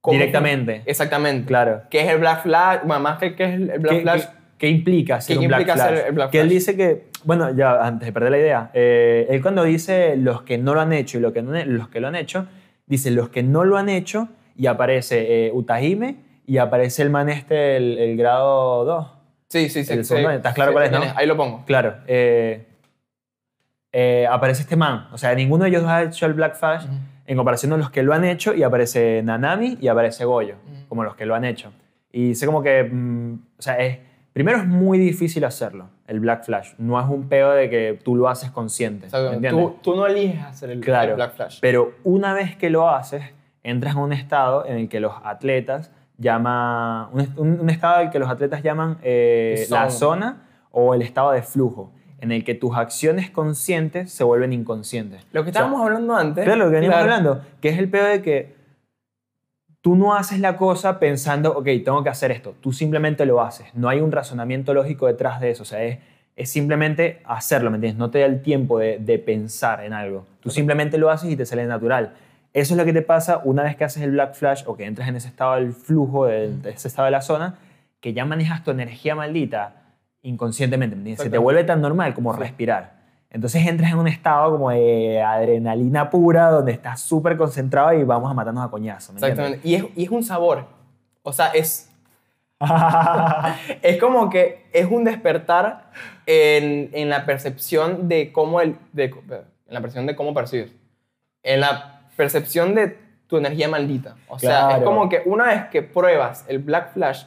C: Directamente.
B: Exactamente.
C: Claro.
B: ¿Qué es el Black Flash? Bueno, más que qué es el Black
C: ¿Qué-
B: Flash.
C: qué- qué implica ser
B: ¿Qué
C: un Black
B: implica
C: Flash?
B: ser el Black
C: Que él
B: Flash?
C: dice que, bueno, ya antes de perder la idea, eh, él cuando dice los que no lo han hecho y los que, no- los que lo han hecho, dice los que no lo han hecho y aparece eh, Utahime y aparece el man este, el, el grado 2.
B: Sí, sí, sí.
C: El
B: sí,
C: segundo, ¿estás claro
B: sí,
C: cuál es, no?
B: tienes- Ahí lo pongo.
C: Claro. eh, eh, aparece este man. O sea, ninguno de ellos ha hecho el Black Flash
B: Ujú.
C: en comparación a los que lo han hecho y aparece Nanami y aparece Goyo,
B: Ujú.
C: como los que lo han hecho. Y sé como que, mm, o sea, es, primero es muy difícil hacerlo, el Black Flash. No es un peo de que tú lo haces consciente. ¿me
B: Exactamente.
C: entiendes?
B: Tú, tú no eliges hacer el, el
C: Claro.
B: Black Flash.
C: Pero una vez que lo haces, entras en un estado en el que los atletas llaman, un, est- un- un estado en el que los atletas llaman eh,
B: Zone.
C: la zona o el estado de flujo, en el que tus acciones conscientes se vuelven inconscientes.
B: Lo que estábamos hablando antes.
C: Claro, lo que venimos
B: claro,
C: hablando, que es el peor de que tú no haces la cosa pensando, ok, tengo que hacer esto. Tú simplemente lo haces. No hay un razonamiento lógico detrás de eso. O sea, es, es simplemente hacerlo, ¿me entiendes? No te da el tiempo de, de pensar en algo. Tú simplemente lo haces y te sale natural. Eso es lo que te pasa una vez que haces el Black Flash o que entras en ese estado del flujo, del- de ese estado de la zona, que ya manejas tu energía maldita inconscientemente, ¿me entiendes? Se te
B: Exactamente.
C: vuelve tan normal como respirar. Entonces entras en un estado como de adrenalina pura, donde estás súper concentrado y vamos a matarnos a coñazo. ¿me entiendes?
B: Exactamente. Y es, y es un sabor. O sea, es. es como que es un despertar en, en la percepción de cómo el. de- en la percepción de cómo percibes. En la percepción de tu energía maldita. O sea,
C: Claro.
B: es como que una vez que pruebas el Black Flash,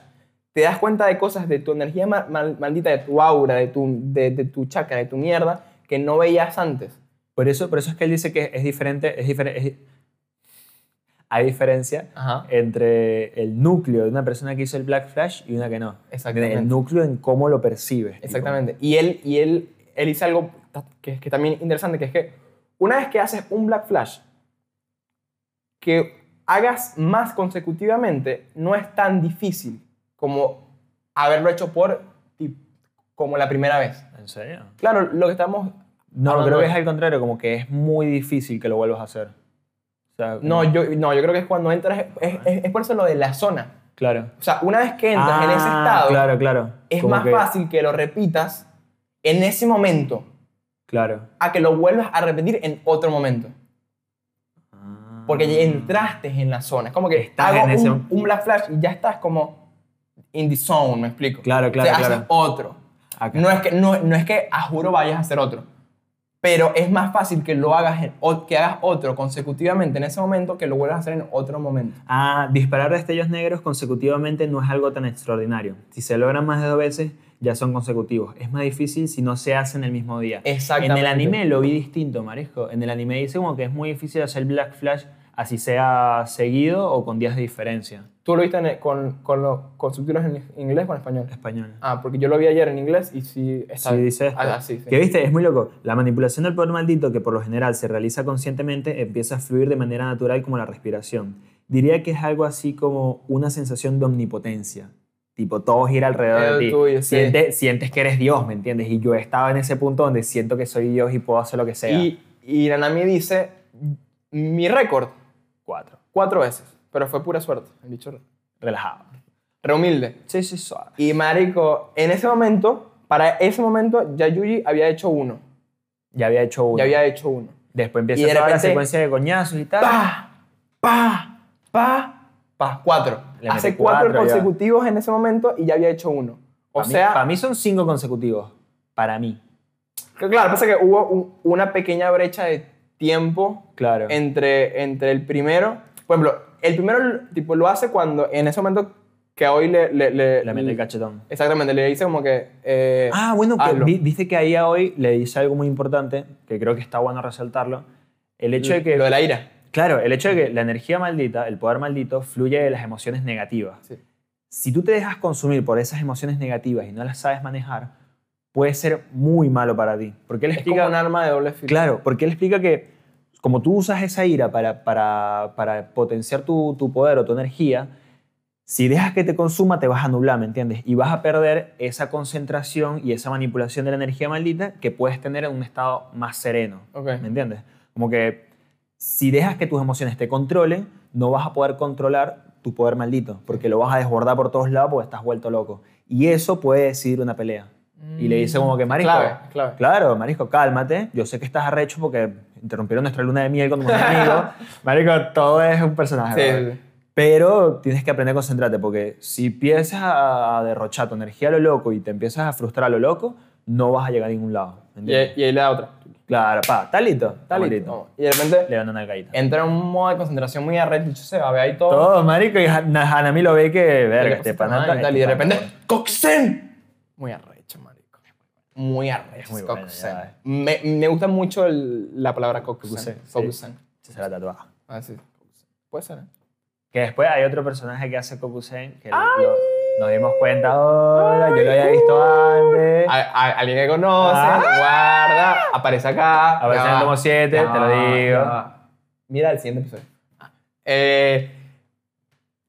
B: te das cuenta de cosas de tu energía ma- mal- maldita, de tu aura, de tu, de, de tu chakra, de tu mierda, que no veías antes.
C: Por eso, por eso es que él dice que es diferente, es diferente. hay diferencia
B: Ajá.
C: entre el núcleo de una persona que hizo el Black Flash y una que no.
B: Exactamente.
C: El núcleo en cómo lo percibes. tipo.
B: Exactamente. Y él, y él, él dice algo ta- que, que también es interesante, que es que una vez que haces un Black Flash, que hagas más consecutivamente no es tan difícil como haberlo hecho por ti, como la primera vez.
C: ¿En serio?
B: Claro, lo que estamos...
C: No,
B: Hablando
C: creo que
B: de-
C: es al contrario, como que es muy difícil que lo vuelvas a hacer. O sea,
B: No,
C: como-
B: yo, no, yo creo que es cuando entras... Es, es- es por eso lo de la zona.
C: Claro.
B: O sea, una vez que entras en ese
C: Ah,
B: estado,
C: Claro, claro.
B: es
C: Como
B: más
C: que-
B: fácil que lo repitas en ese momento
C: Claro.
B: a que lo vuelvas a repetir en otro momento. Porque ya entraste en la zona. Es como que
C: Ah. Estás
B: hago
C: en ese-
B: un, un Black Flash y ya estás como in the zone, ¿me explico?
C: Claro, claro,
B: O sea,
C: claro.
B: haces otro.
C: Acá.
B: No es, que, no, no es que a juro vayas a hacer otro. Pero es más fácil que lo hagas, en o- que hagas otro consecutivamente en ese momento que lo vuelvas a hacer en otro momento.
C: Ah, disparar destellos negros consecutivamente no es algo tan extraordinario. Si se logran más de dos veces, ya son consecutivos. Es más difícil si no se hace en el mismo día. En
B: Exactamente.
C: el anime lo vi distinto, Marisco. En el anime dice como que es muy difícil hacer Black Flash así sea seguido o con días de diferencia.
B: ¿Tú lo viste en- con, con, lo- con subtítulos en inglés o en español?
C: Español.
B: Ah, porque yo lo vi ayer en inglés y sí está
C: Sí, dice esto.
B: Ah, sí, sí.
C: Que viste, es muy loco. La manipulación del poder maldito, que por lo general se realiza conscientemente, empieza a fluir de manera natural como la respiración. Diría que es algo así como una sensación de omnipotencia. Tipo, todo gira alrededor de ti.
B: Eh, tuyo, sí.
C: Siente- sientes que eres Dios, ¿me entiendes? Y yo estaba en ese punto donde siento que soy Dios y puedo hacer lo que sea.
B: Y, y Nanami dice, mi récord,
C: cuatro.
B: cuatro veces. Pero fue pura suerte, el bicho re-
C: Relajado.
B: re humilde.
C: Sí, sí, suave.
B: Y marico, en ese momento, para ese momento, ya Yuji había hecho uno.
C: Ya había hecho uno.
B: Ya había hecho uno.
C: Después empieza
B: Y de
C: toda la
B: repente-
C: secuencia de coñazos y tal.
B: ¡Pa! ¡Pa! ¡Pa! ¡Pa! Cuatro.
C: Le mete
B: Hace cuatro,
C: cuatro ya.
B: consecutivos en ese momento y ya había hecho uno. O
C: Para mí-
B: sea,
C: para mí son cinco consecutivos. Para mí,
B: que claro, pasa que hubo un- una pequeña brecha de tiempo
C: claro.
B: entre, entre el primero. Por ejemplo, el primero tipo, lo hace cuando en ese momento que hoy le. le, le-
C: Le mete el cachetón.
B: Exactamente, le dice como que. Mm. eh,
C: Ah, bueno, que
B: hazlo.
C: vi- viste que ahí a hoy le dice algo muy importante, que creo que está bueno resaltarlo. El hecho de que.
B: Lo de la ira.
C: Claro, el hecho de que la energía maldita, el poder maldito, fluye de las emociones negativas.
B: Sí.
C: Si tú te dejas consumir por esas emociones negativas y no las sabes manejar, puede ser muy malo para ti. Porque él
B: Es como
C: explica.
B: un arma de doble filo.
C: Claro, porque él explica que como tú usas esa ira para, para, para potenciar tu, tu poder o tu energía, si dejas que te consuma te vas a nublar, ¿me entiendes? Y vas a perder esa concentración y esa manipulación de la energía maldita que puedes tener en un estado más sereno,
B: Ok.
C: ¿me entiendes? Como que si dejas que tus emociones te controlen, no vas a poder controlar tu poder maldito, porque lo vas a desbordar por todos lados porque estás vuelto loco. Y eso puede decidir una pelea. Y le dice como que, Marisco,
B: Clave, clave.
C: Claro, Marisco, cálmate. Yo sé que estás arrecho porque interrumpieron nuestra luna de miel con un amigo. Marisco, todo es un personaje.
B: Sí,
C: ¿verdad?
B: sí, sí.
C: Pero tienes que aprender a concentrarte porque si empiezas a a derrochar tu energía a lo loco y te empiezas a frustrar a lo loco, no vas a llegar a ningún lado. ¿me
B: Y,
C: entiendes?
B: y ahí le da otra.
C: Claro, pa, talito,
B: Tal y,
C: talito.
B: y de repente
C: Le dan una gaita.
B: entra en un modo de concentración muy arrecho, y se va a ver ahí todo.
C: Todo, marico, y Han- Hanami lo ve que,
B: Y le
C: verga, este
B: pasa mal
C: pana
B: y
C: está-
B: tal, y de
C: este
B: repente,
C: pana-
B: ¡Coxen! Muy arrecho, marico. Muy arrecho,
C: muy buena,
B: Coxen.
C: ya, eh.
B: me, me gusta mucho el- la palabra Coxen.
C: Coxen, sí.
B: Coxen.
C: Se será tatuado.
B: Ah, sí. Puede ser, ¿eh?
C: Que después hay otro personaje que hace Kokusen que lo- nos dimos cuenta ahora, yo lo había visto antes.
B: A- a- alguien que conoce,
C: Ah.
B: guarda, aparece acá.
C: A ver,
B: ya va.
C: como 7,
B: Ya
C: te lo
B: va,
C: digo.
B: ya va. Mira el siguiente episodio. Eh,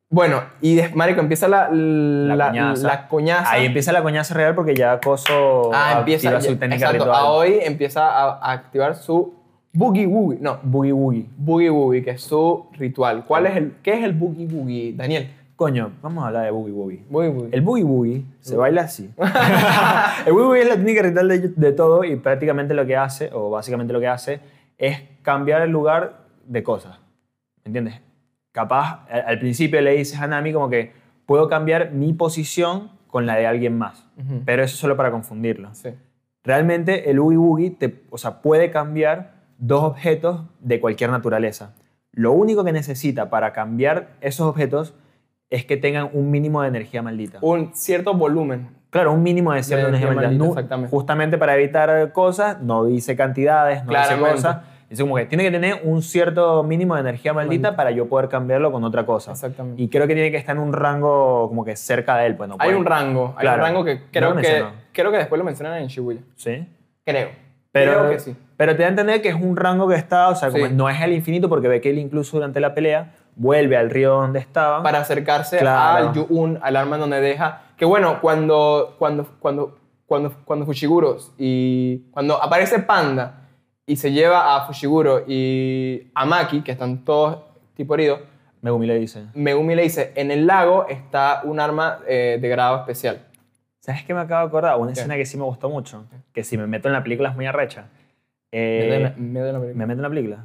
B: bueno, y des- marico, empieza la, la, la
C: coñaza.
B: coñaza.
C: Ahí empieza la coñaza real porque ya Coso
B: Ah, empieza
C: activa
B: ya,
C: su técnica
B: exacto,
C: ritual.
B: A hoy empieza a, a activar su boogie woogie. No,
C: Boogie Woogie.
B: boogie woogie, que es su ritual. ¿Cuál es el, ¿Qué es el boogie woogie, Daniel?
C: Coño, vamos a hablar de Boogie Woogie.
B: Boogie woogie.
C: El Boogie Woogie se baila así. el Boogie Woogie es la técnica ritual de, de todo y prácticamente lo que hace, o básicamente lo que hace, es cambiar el lugar de cosas. ¿Me entiendes? Capaz, al, al principio le dices a Nami como que puedo cambiar mi posición con la de alguien más.
B: Ujú.
C: Pero eso es solo para confundirlo.
B: Sí.
C: Realmente el Oogie Boogie te, o sea, puede cambiar dos objetos de cualquier naturaleza. Lo único que necesita para cambiar esos objetos es que tengan un mínimo de energía maldita.
B: Un cierto volumen.
C: Claro, un mínimo de cierta
B: De
C: energía
B: energía
C: maldita.
B: maldita,
C: No-
B: exactamente.
C: Justamente para evitar cosas, no dice cantidades, no
B: Claramente.
C: dice cosas. Dice como que tiene que tener un cierto mínimo de energía maldita,
B: Maldita.
C: para yo poder cambiarlo con otra cosa.
B: Exactamente.
C: Y creo que tiene que estar en un rango como que cerca de él. Pues no
B: hay
C: puede-
B: un rango. Hay
C: Claro.
B: un rango que creo,
C: No lo
B: que
C: mencionó.
B: creo que después lo mencionan en Shibuya.
C: Sí.
B: Creo.
C: Pero,
B: creo que sí.
C: pero te da a entender que es un rango que está, o sea, como
B: Sí.
C: no es el infinito, porque ve que él incluso durante la pelea vuelve al río donde estaba.
B: Para acercarse
C: Claro.
B: al Yuun, al arma donde deja. Que bueno, cuando, cuando, cuando, cuando, cuando Fushiguro y cuando aparece Panda y se lleva a Fushiguro y a Maki, que están todos tipo heridos,
C: Megumi le dice.
B: Megumi le dice, en el lago está un arma eh, de grado especial.
C: ¿Sabes qué me acabo de acordar? Una
B: ¿Qué?
C: escena que sí me gustó mucho, que si me meto en la película es muy arrecha. Eh,
B: Me da- me da la película.
C: me meto en la película.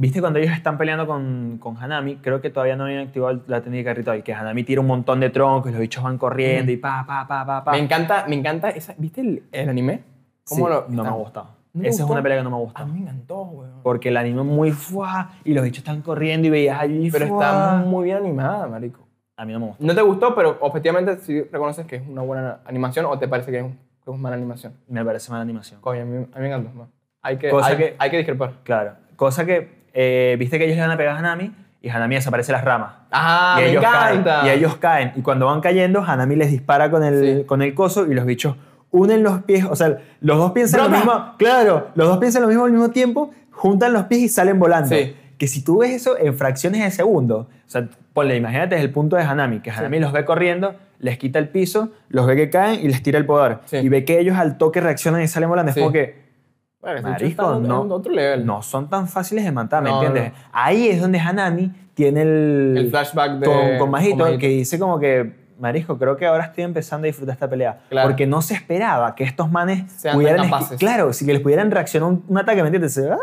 C: ¿Viste cuando ellos están peleando con, con Hanami? Creo que todavía no habían activado la técnica de ritual, que Hanami tira un montón de troncos, los bichos van corriendo y pa, pa, pa, pa, pa.
B: Me encanta, me encanta esa, ¿viste el, el anime? ¿Cómo
C: Sí,
B: lo,
C: no me
B: está-
C: ha gustado.
B: ¿No te
C: Esa es
B: gustó?
C: una pelea que no me ha
B: A
C: gustado.
B: mí me encantó, weón.
C: Porque el anime es muy fuá y los bichos están corriendo y veías allí.
B: Pero está
C: fuá.
B: muy bien animada, marico.
C: A mí no me gusta.
B: No te gustó, pero objetivamente sí reconoces que es una buena animación o te parece que es, un- que es mala animación.
C: Me parece mala animación.
B: Coño, a mí, a mí me encantó. man. Hay que,
C: Cosa
B: hay,
C: que-
B: que, hay que discrepar.
C: Claro. Cosa que, eh, viste que ellos le van a pegar a Hanami y Hanami desaparece las ramas.
B: ¡Ah,
C: y
B: me
C: ellos
B: encanta!
C: Caen, y ellos caen. Y cuando van cayendo, Hanami les dispara con el,
B: Sí.
C: con el coso y los bichos unen los pies. O sea, los dos piensan lo
B: Brother.
C: mismo. Claro, los dos piensan lo mismo al mismo tiempo, juntan los pies y salen volando.
B: Sí.
C: Que si tú ves eso en fracciones de segundo, o sea, ponle, imagínate desde el punto de Hanami, que Hanami los ve corriendo, les quita el piso, los ve que caen y les tira el poder.
B: Sí.
C: Y ve que ellos al toque reaccionan y salen volando.
B: Sí.
C: Es como que,
B: Bueno, este
C: Marico,
B: está en
C: no.
B: en otro nivel.
C: no son tan fáciles de matar, ¿me
B: No,
C: entiendes?
B: no.
C: Ahí es donde Hanami tiene el,
B: El flashback de-
C: con, con Majito,
B: con Majito.
C: que dice como que, Marisco, creo que ahora estoy empezando a disfrutar esta pelea.
B: Claro.
C: Porque no se esperaba que estos manes
B: Sean tan
C: pudieran... esqui-
B: capaces.
C: Claro, si que les pudieran reaccionar un, un ataque, ¿me entiendes? Se- ¡ay!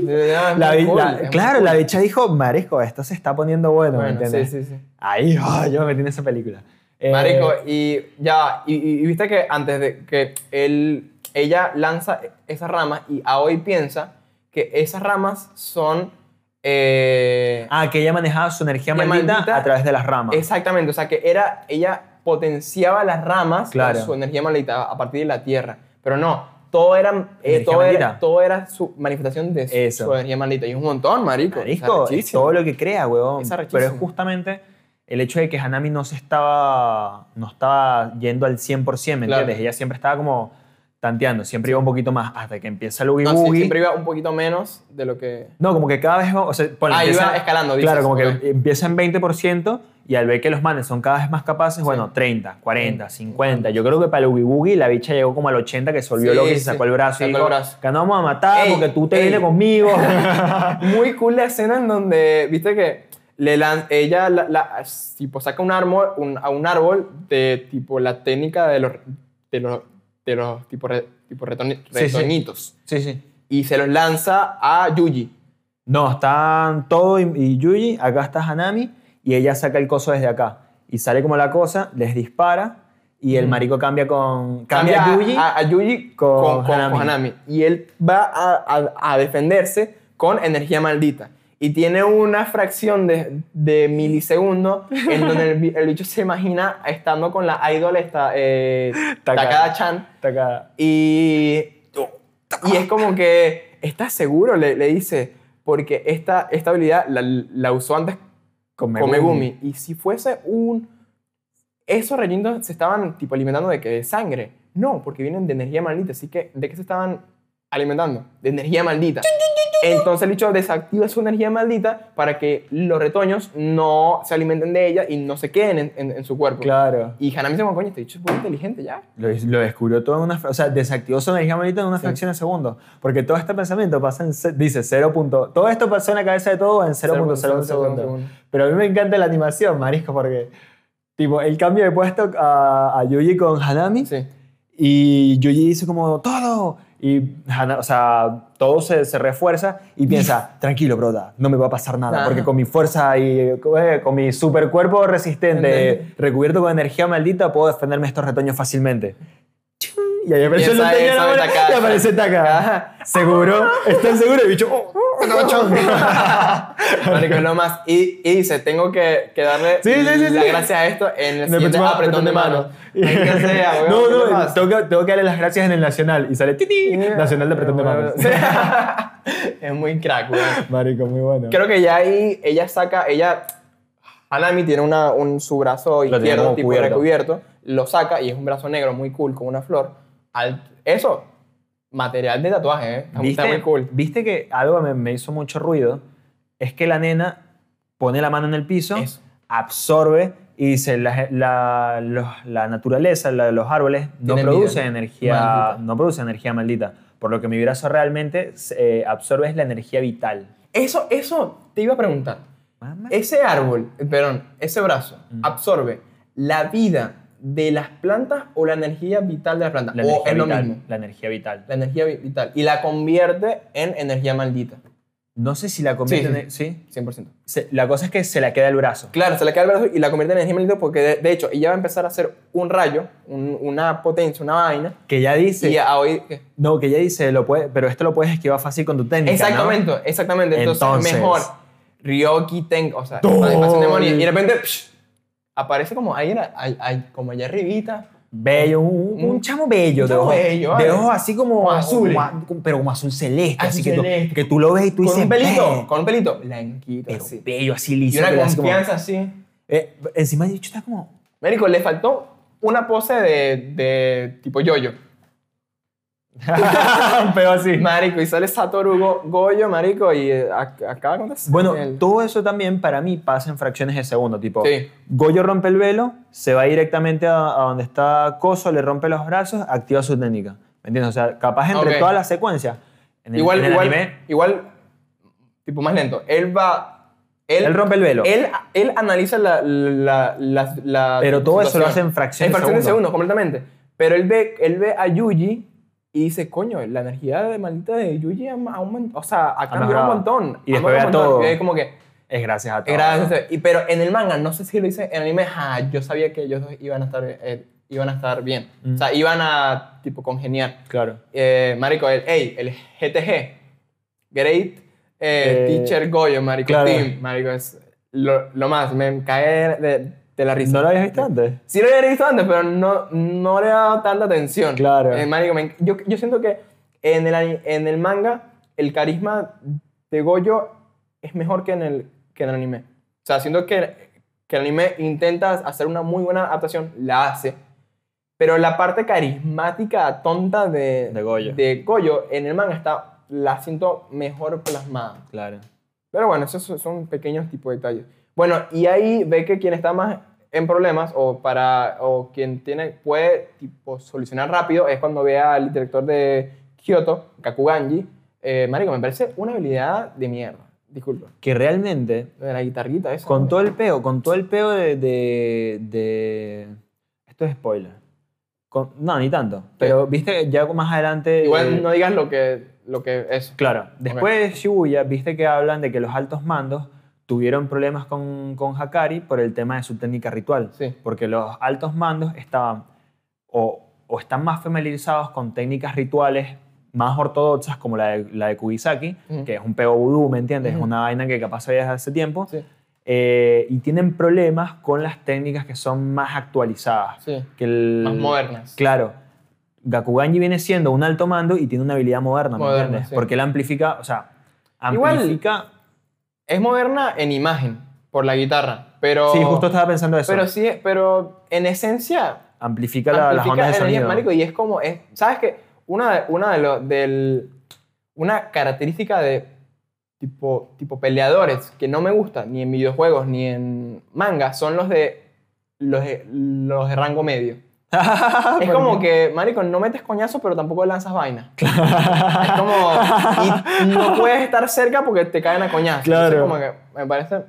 B: De- ah, es
C: La
B: muy
C: bi-
B: cool,
C: la-
B: es muy
C: claro,
B: cool.
C: la bicha dijo, Marisco, esto se está poniendo bueno, ¿me
B: Bueno, sí,
C: entiendes?
B: sí, sí.
C: Ahí, ah, yo me metí en esa película.
A: Eh,
B: Marico, y ya, y, y- y viste que antes de que él, ella lanza esas ramas y a hoy piensa que esas ramas son... eh,
C: Ah, que ella manejaba su energía
B: La
C: maldita,
B: maldita-
C: a través de las ramas.
B: Exactamente, o sea que era, ella potenciaba las ramas
C: Claro.
B: con su energía maldita a partir de la tierra, pero no, todo era, eh,
C: Energía
B: todo, era
C: maldita.
B: todo era su manifestación de su,
C: Eso.
B: su energía maldita, y es un montón, marico.
C: Marisco,
B: es
C: es
B: arrechísimo.
C: todo lo que crea, huevón.
B: Es arrechísimo.
C: Pero es justamente el hecho de que Hanami no se estaba, no estaba yendo al 100%, ¿me
B: Claro.
C: entiendes? Ella siempre estaba como tanteando, siempre iba un poquito más, hasta que empieza el Oogie
B: No, sí,
C: Boogie.
B: siempre iba un poquito menos de lo que...
C: No, como que cada vez va- o sea, ponle,
B: Ah, iba escalando, dices,
C: Claro, como
B: ok.
C: que empieza en 20% y al ver que los manes son cada vez más capaces, bueno, 30, 40, 50. Yo creo que para el Oogie Boogie la bicha llegó como al 80 que se volvió
B: Sí,
C: loca y
B: sí,
C: se sacó el brazo
B: sacó
C: y
B: el
C: dijo,
B: brazo.
C: que no vamos a matar
B: Ey,
C: porque tú te
B: ey.
C: vienes conmigo.
B: Muy cool la escena en donde, viste que le lan- ella la- la- tipo, saca un árbol, un- a un árbol de tipo la técnica de los, de los, de los tipo, re- tipo retoni-
C: Sí, sí.
B: retoñitos.
C: sí, sí.
B: Y se los lanza a Yuji.
C: No, están Todo y, y Yuji, acá está Hanami y ella saca el coso desde acá. Y sale como la cosa, les dispara y el marico cambia con... Cambia, a Yuji.
B: a, a Yuji con,
C: con
B: con- con Hanami.
C: Hanami.
B: Y él va a, a- a defenderse con energía maldita. Y tiene una fracción de, de milisegundo en donde el, bi- el bicho se imagina estando con la idol esta, eh,
C: Takada.
B: Takada-chan.
C: Está acá.
B: Y, y es como que, ¿estás seguro? Le, le dice, porque esta, esta habilidad la, la usó antes
C: Con
B: con
C: Megumi.
B: Megumi. Y si fuese un... Esos rellenos se estaban tipo alimentando de que de sangre. No, porque vienen de energía maldita. Así que, ¿de qué se estaban alimentando? De energía maldita. Entonces el bicho desactiva su energía maldita para que los retoños no se alimenten de ella y no se queden en, en- en su cuerpo.
C: Claro.
B: Y Hanami se como, coño, este bicho es muy inteligente ya.
C: Lo, lo descubrió todo en una... fra- O sea, desactivó su energía maldita en una
B: Sí.
C: fracción de segundo. Porque todo este pensamiento pasa en... ce- Dice 0. Punto, todo esto pasó en la cabeza de todo en 0.01
B: 0.01
C: segundo.
B: segundo.
C: Pero a mí me encanta la animación, marisco, porque... Tipo, el cambio de puesto a, a Yuji con Hanami.
B: Sí.
C: Y Yuji dice como, todo. Y Hana- o sea, todo se, se refuerza y piensa, tranquilo, broda, no me va a pasar nada.
B: Ajá.
C: Porque con mi fuerza y ¿cómo es? con mi super cuerpo resistente,
B: Entendí.
C: recubierto con energía maldita, puedo defenderme de estos retoños fácilmente. Chum, Y ahí aparece el
B: esa-
C: retoño de
B: esa
C: la mano
B: de Takada.
C: y aparece Taka. ¿Seguro? ¿Están seguros? El bicho, oh, no, chon.
B: Marico, es lo más. Y, y dice, tengo que, que darle
C: Sí, sí, sí,
B: la
C: sí.
B: gracia a esto en el
C: Me
B: siguiente
C: apreté más-
B: apretón de manos. Marico, o sea, weón,
C: no,
B: ¿qué te
C: no,
B: pasa?
C: tengo que, tengo que darle las gracias en el Nacional. Y sale, titi, Nacional de apretón de manos.
B: es muy crack, weón.
C: Marico, muy bueno.
B: Creo que ya ahí ella saca, ella, Hanami tiene una, un, su brazo
C: tiene
B: izquierdo
C: como
B: tipo
C: cubierto.
B: recubierto, lo saca y es un brazo negro muy cool con una flor. Al- eso, material de tatuaje, ¿eh? Está, está
C: ¿Viste,
B: muy cool.
C: ¿Viste que algo me, me hizo mucho ruido? Es que la nena pone la mano en el piso,
B: Eso.
C: absorbe y dice, la, la- los- la naturaleza, la- los árboles, no
B: Tienen
C: producen,
B: vida.
C: energía,
B: Maldita.
C: no producen energía maldita. Por lo que mi brazo realmente eh, absorbe es la energía vital.
B: Eso, eso, te iba a preguntar. Ese árbol, eh, perdón, ese brazo,
C: Mm.
B: absorbe la vida de las plantas o la energía vital de las plantas.
C: La
B: o
C: energía,
B: es lo
C: vital,
B: mismo.
C: la energía vital.
B: La energía vi- vital. Y la convierte en energía maldita.
C: No sé si la convierten en- ¿sí?
B: 100%.
C: Se- la cosa es que se la queda el brazo.
B: Claro, se le cae el brazo y la convierte en energía maldita porque, de, de hecho, ella va a empezar a hacer un rayo, un- una potencia, una vaina.
C: Que ya dice...
B: Y a hoy. ¿qué?
C: No, que ya dice, lo puede, pero esto lo puedes esquivar fácil con tu técnica. ¿no?
B: Exactamente, exactamente. Entonces,
C: Entonces.
B: mejor. Ryoki Ten, o sea,
C: Dol.
B: participación demoníaca. Y de repente psh, aparece como ahí, era- ahí- ahí, como allá arribita.
C: Bello, un, un Mm. chamo bello,
B: Un
C: de
B: chamo
C: ojos,
B: bello,
C: de
B: vale.
C: ojos así como,
B: Como azules.
C: como a- como- pero como azul celeste,
B: Azul
C: así que, tú-
B: celeste.
C: que tú lo ves y tú
B: con
C: dices,
B: un pelito,
C: "Ve",
B: con un pelito blanquito
C: pero
B: así.
C: bello, así
B: Y
C: liso,
B: una
C: pero así como-
B: confianza así.
C: Eh, encima el bicho está como,
B: Mérico, le faltó una pose de, de tipo yoyo.
C: pero así.
B: Marico, y sale Satoru Go- Goyo, marico, y eh, ac- acaba con ese-
C: Bueno,
B: el-
C: todo eso también para mí pasa en fracciones de segundo, tipo,
B: Sí.
C: Goyo rompe el velo, se va directamente a, a donde está Coso, le rompe los brazos, activa su técnica, ¿me entiendes? O sea, capaz entre
B: Ok.
C: todas las secuencias. En el-
B: igual,
C: en el
B: igual,
C: anime,
B: igual, tipo más lento. Él va... Él,
C: Él rompe el velo.
B: Él, él analiza la, la, la, la
C: Pero todo eso lo hace en
B: fracciones
C: fracciones
B: En
C: de
B: fracciones de
C: segundo.
B: segundos, completamente. Pero él ve, él ve a Yuji y dice, coño, la energía de maldita de Yuji ha, ha aumen- o sea, ha cambiado un
C: mejorado.
B: montón.
C: Y
B: ha
C: después
B: mejorado
C: ve a
B: un montón".
C: todo. Ah.
B: Y es como que,
C: es gracias a todos.
B: Gracias. a ustedes. Y, pero en el manga, no sé si lo hice, en el anime, ja, yo sabía que ellos dos iban a estar, eh, iban a estar bien. O
C: Mm.
B: sea, iban a, tipo, congeniar.
C: Claro.
B: Eh, marico, el, ey, el GTG, Great eh,
C: Eh,
B: Teacher Goyo, marico,
C: claro.
B: Team, marico, es lo, lo más, me cae de, de la risa.
C: ¿No lo habías visto antes?
B: Sí lo había visto antes, pero no, no le he dado tanta atención.
C: Claro.
B: Eh, marico, me- yo, yo siento que en el, ani- en el manga el carisma de Goyo es mejor que en el, que en el anime. O sea, siento que, que el anime intenta hacer una muy buena adaptación, la hace. Pero la parte carismática tonta de,
C: De Goyo.
B: de Goyo en el manga está, la siento mejor plasmada.
C: Claro.
B: Pero bueno, esos son- son pequeños tipos de detalles. Bueno, y ahí ve que quien está más en problemas o para o quien tiene puede tipo solucionar rápido es cuando ve al director de Kyoto, Kakuganji. Eh, marico, me parece una habilidad de mierda. Disculpa.
C: Que realmente,
B: Lo De la guitarrita esa.
C: con todo el peo, con todo el peo de... de, de- esto es spoiler. Con- no, ni tanto. Pero, viste, ya más adelante... eh,
B: Igual no digas lo que lo que es.
C: Claro. Después de Shibuya, viste que hablan de que los altos mandos tuvieron problemas con, con Hakari por el tema de su técnica ritual.
B: Sí.
C: Porque los altos mandos estaban o, o están más familiarizados con técnicas rituales más ortodoxas como la de, la de Kubisaki,
B: Ujú.
C: que es un peo vudú, ¿me entiendes? Es
B: Ujú.
C: una vaina que capaz sabías desde hace tiempo.
B: Sí.
C: Eh, y tienen problemas con las técnicas que son más actualizadas.
B: Sí.
C: Que el-
B: Más modernas.
C: Claro. Gakuganji viene siendo un alto mando y tiene una habilidad moderna, ¿me
B: Moderna,
C: entiendes?
B: sí.
C: Porque él amplifica, o sea,
B: Igual-
C: amplifica...
B: Es moderna en imagen por la guitarra, pero
C: sí, justo estaba pensando eso.
B: pero sí, pero en esencia
C: amplifica, la- las
B: amplifica
C: ondas de
B: energía,
C: sonido.
B: marico, y es como, es, ¿sabes qué? Una, de- una de los, del, una característica de tipo, tipo peleadores que no me gusta, ni en videojuegos, ni en manga, son los de, los de, los de rango medio. es como que, marico, no metes coñazo, pero tampoco lanzas vainas. Es como, y no puedes estar cerca porque te caen a coñazo.
C: Claro.
B: Entonces, como que me parece,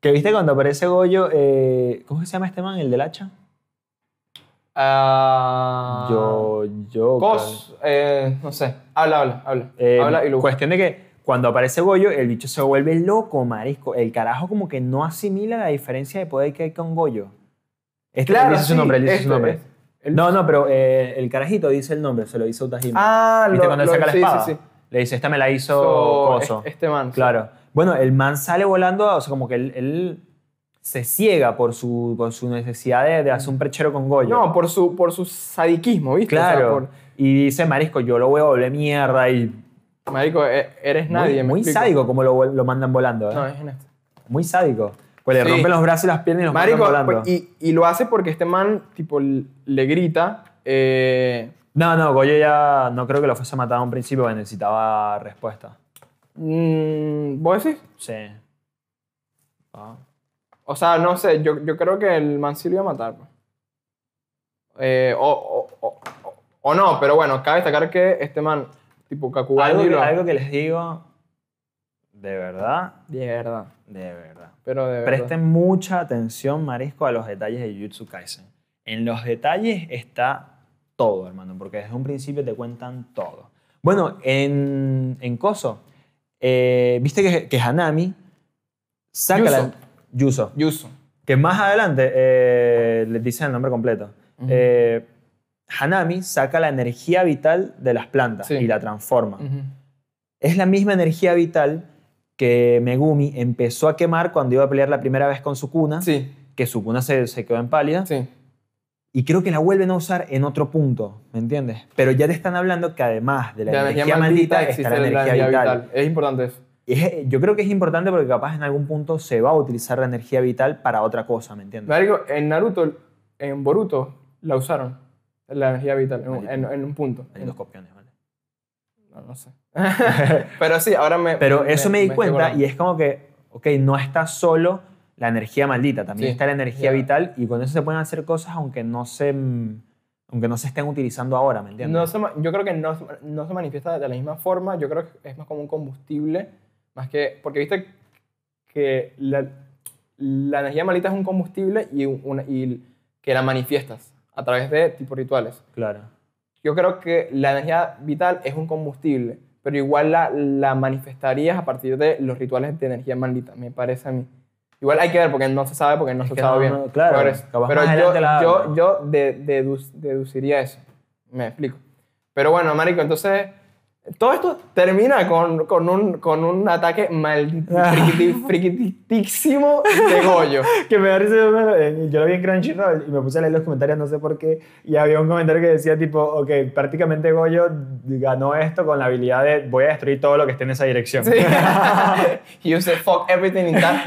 C: Que viste cuando aparece Goyo, eh, ¿cómo es que se llama este man? ¿El del hacha?
B: ah,
C: Yo, yo.
B: Cos, eh, no sé. Habla, habla, habla.
C: Eh,
B: habla y lo
C: Cuestión de que cuando aparece Goyo, el bicho se vuelve loco, marisco. El carajo como que no asimila la diferencia de poder que hay con Goyo. Este
B: Claro,
C: le dice su
B: sí,
C: nombre, le dice su
B: este,
C: nombre.
B: este.
C: No, no, pero eh, el carajito dice el nombre, se lo hizo Utajima.
B: Ah,
C: ¿Viste
B: lo-
C: cuando
B: lo-
C: le saca
B: sí,
C: la espada?
B: sí, sí.
C: Le dice, esta me la hizo
B: So,
C: Coso.
B: es- Este man. sí.
C: Claro. Bueno, el man sale volando, o sea, como que él, él se ciega por su, por su necesidad de, de hacer un perchero con Goyo.
B: No, por su, por su sadiquismo, ¿viste? O sea,
C: claro.
B: por-
C: Y dice, marisco, yo lo voy a volver mierda y
B: marico, e- eres
C: Muy-
B: nadie. me
C: Muy,
B: explico.
C: sádico como lo, lo mandan volando, ¿eh?
B: No, es en este.
C: Muy sádico. Pues le
B: Sí.
C: rompen los brazos y las piernas y los
B: Marico,
C: mandan volando.
B: pues, y, y lo hace porque este man, tipo, l- le grita. eh,
C: No, no, Goyo ya no creo que lo fuese a matar a un principio porque necesitaba respuesta.
B: mm, ¿Vos decís?
C: Sí. Ah.
B: O sea, no sé, yo, yo creo que el man sí lo iba a matar. pues. Eh, o, o- o- o- o no, pero bueno, cabe destacar que este man, tipo
C: Algo,
B: Kakuganji
C: que,
B: lo...
C: algo que les digo, de verdad,
B: De verdad,
C: de verdad.
B: pero de verdad.
C: Presten mucha atención, Marisco, a los detalles de Jujutsu Kaisen. En los detalles está todo, hermano, porque desde un principio te cuentan todo. Bueno, en, en Coso, eh, viste que, que Hanami saca
B: Yuso.
C: la. Yuso.
B: Yusu.
C: Que más adelante eh, les dice el nombre completo. Eh, Hanami saca la energía vital de las plantas
B: Sí.
C: y la transforma. Es la misma energía vital que Megumi empezó a quemar cuando iba a pelear la primera vez con Sukuna,
B: Sí,
C: que Sukuna se, se quedó en pálida,
B: sí.
C: y creo que la vuelven a usar en otro punto, ¿me entiendes? Pero ya te están hablando que además de la,
B: La
C: energía, maldita, está la energía, vital.
B: Es importante eso.
C: Y es- yo creo que es importante porque capaz en algún punto se va a utilizar la energía vital para otra cosa, ¿me entiendes?
B: Marico, en Naruto, en Boruto, la usaron. La energía vital, en, un- en- en un punto.
C: Hay dos copiones, ¿vale?
B: No, no sé. Pero sí, ahora me...
C: Pero eso me, di cuenta y
B: es...
C: es como que, ok, no está solo la energía maldita, también
B: Sí,
C: está la energía
B: ya.
C: vital y con eso se pueden hacer cosas aunque no se, aunque no se estén utilizando ahora, ¿me entiendes?
B: No se ma- yo creo que no, se- no se manifiesta de la misma forma. Yo creo que es más como un combustible. Más que. Porque viste que la, la energía malita es un combustible y, una- y que la manifiestas a través de tipo rituales.
C: Claro.
B: Yo creo que la energía vital es un combustible pero igual la, la manifestarías a partir de los rituales de energía maldita, me parece a mí. Igual hay que ver, porque no se sabe, porque no
C: Es
B: se
C: que
B: sabe
C: no,
B: bien.
C: no, claro,
B: Por eso.
C: capaz
B: pero
C: más
B: yo,
C: adelante la
B: yo,
C: hablan.
B: yo de- deduz- deduciría eso. Me explico. Pero bueno, marico, entonces... Todo esto termina con, con, un, con un ataque maldito, friquitísimo de Goyo.
A: Que me da risa, yo, me- eh, yo lo vi en Crunchyroll y me puse a leer los comentarios, no sé por qué, y había un comentario que decía tipo, ok, prácticamente Goyo ganó esto con la habilidad de voy a destruir todo lo que esté en esa dirección.
B: Sí. He used to fuck everything in that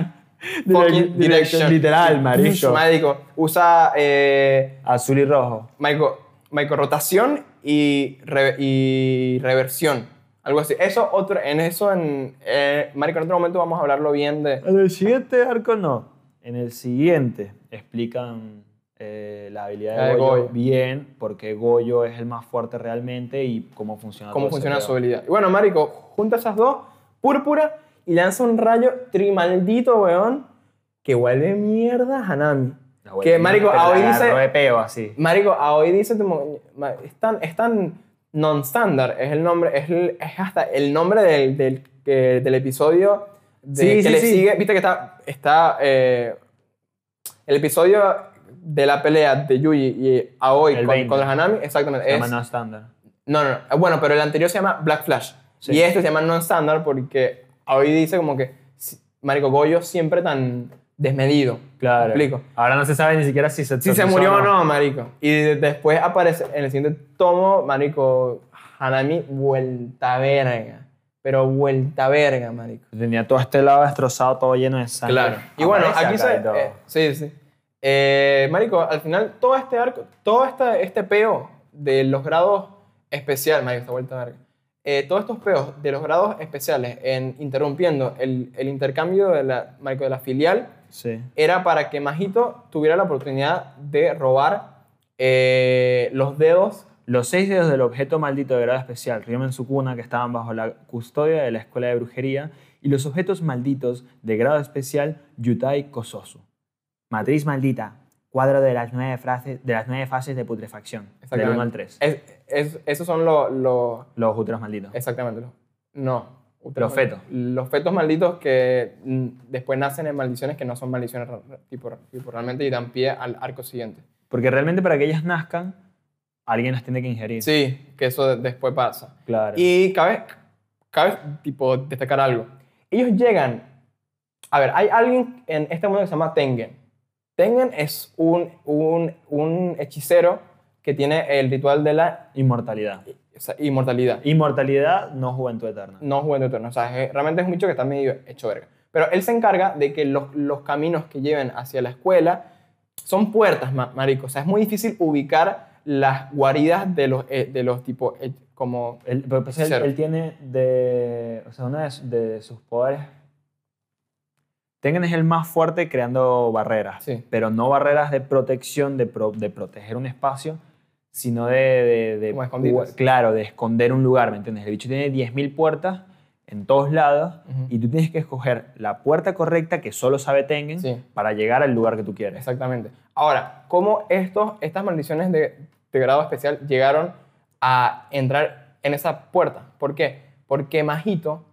A: Direc-
B: fucking
A: direction,
B: direction.
A: literal, marico.
B: Marico, usa, eh,
C: Azul y rojo.
B: marico, marico, rotación y, re- y reversión. Algo así. Eso, otro, en eso, en, eh, marico, en otro momento vamos a hablarlo bien de...
C: En el siguiente arco no. En el siguiente explican eh, la habilidad
B: La
C: de,
B: de
C: Goyo,
B: Goyo.
C: bien, porque Goyo es el más fuerte realmente y cómo funciona
B: cómo
C: todo ese
B: funciona su
C: pedo.
B: habilidad. Y bueno, marico, junta esas dos, púrpura, y lanza un rayo trimaldito, weón, que vuelve mierda a Hanami.
C: La güey,
B: Que, marico,
C: pero la
B: a hoy
C: Ah, agarró de
B: dice...
C: peo, así.
B: Marico, a hoy dice... como, ma- Es tan, es tan non-standard, es el nombre, es, el- es hasta el nombre del, del, que- del episodio de,
C: Sí,
B: que
C: sí,
B: le
C: sí.
B: sigue. Viste que está... está eh, el episodio de la pelea de Yuji y Aoi
C: El
B: con,
C: 20.
B: contra Hanami, exactamente.
C: Se
B: es-
C: llama no estándar.
B: no, no, no. Bueno, pero el anterior se llama Black Flash.
C: Sí.
B: Y este se llama Non-Standard porque hoy dice como que, si- Marico Goyo siempre tan desmedido.
C: Claro.
B: ¿Me explico?
C: Ahora no se sabe ni siquiera si se,
B: Si se murió o no, Marico. Y de- después aparece en el siguiente tomo, Marico Hanami, vuelta verga. Pero vuelta verga, Marico.
C: Tenía todo este lado destrozado, todo lleno de sangre.
B: Claro. Y bueno,
C: Aparece
B: aquí
C: acá
B: se.
C: y todo.
B: eh, sí, sí. Eh, marico, al final todo este arco, todo este, este peo de los grados especiales, Marico, esta vuelta verga. Eh, todos estos peos de los grados especiales en interrumpiendo el, el intercambio de la, marico, de la filial
C: sí.
B: era para que Majito tuviera la oportunidad de robar eh, los dedos
C: Los seis dedos del objeto maldito de grado especial, Ryomen Sukuna, que estaban bajo la custodia de la escuela de brujería, y los objetos malditos de grado especial, Yutai Kososu. Matriz maldita, cuadro de las nueve, frases, de las nueve fases de putrefacción, del
B: Exactamente.
C: 1 al 3.
B: Es- es- esos son los... los-
C: Los úteros malditos.
B: Exactamente. Los, no.
C: Los fetos.
B: Los fetos malditos que mm, después nacen en maldiciones que no son maldiciones ra- ra- tipo, tipo realmente y dan pie al arco siguiente.
C: Porque realmente para que ellas nazcan, alguien las tiene que ingerir.
B: Sí, que eso de- después pasa.
C: Claro.
B: Y cabe, cabe tipo, destacar algo. Ellos llegan. A ver, hay alguien en este mundo que se llama Tengen. Tengen es un, un, un hechicero que tiene el ritual de la
C: Inmortalidad.
B: o sea, inmortalidad.
C: Inmortalidad, no juventud eterna.
B: no juventud eterna. O sea, es- realmente es un bicho que está medio hecho verga. Pero él se encarga de que los, los caminos que lleven hacia la escuela son puertas, ma- marico. O sea, es muy difícil ubicar las guaridas de los, eh, de los tipo, eh, como...
C: Él, pero pues él,
B: Cero.
C: él tiene de. O sea, uno de, su- de sus poderes. Tengen es el más fuerte creando barreras.
B: Sí.
C: Pero no barreras de protección, de, pro- de proteger un espacio, sino de. de, de-
B: Como escondites.
C: u- Claro, de esconder un lugar, ¿me entiendes? El bicho tiene 10.000 puertas en todos lados
B: Ujú.
C: y tú tienes que escoger la puerta correcta que solo sabe Tengen
B: Sí.
C: para llegar al lugar que tú quieres.
B: Exactamente. Ahora, ¿cómo estos, estas maldiciones de, de grado especial llegaron a entrar en esa puerta? ¿Por qué? Porque Majito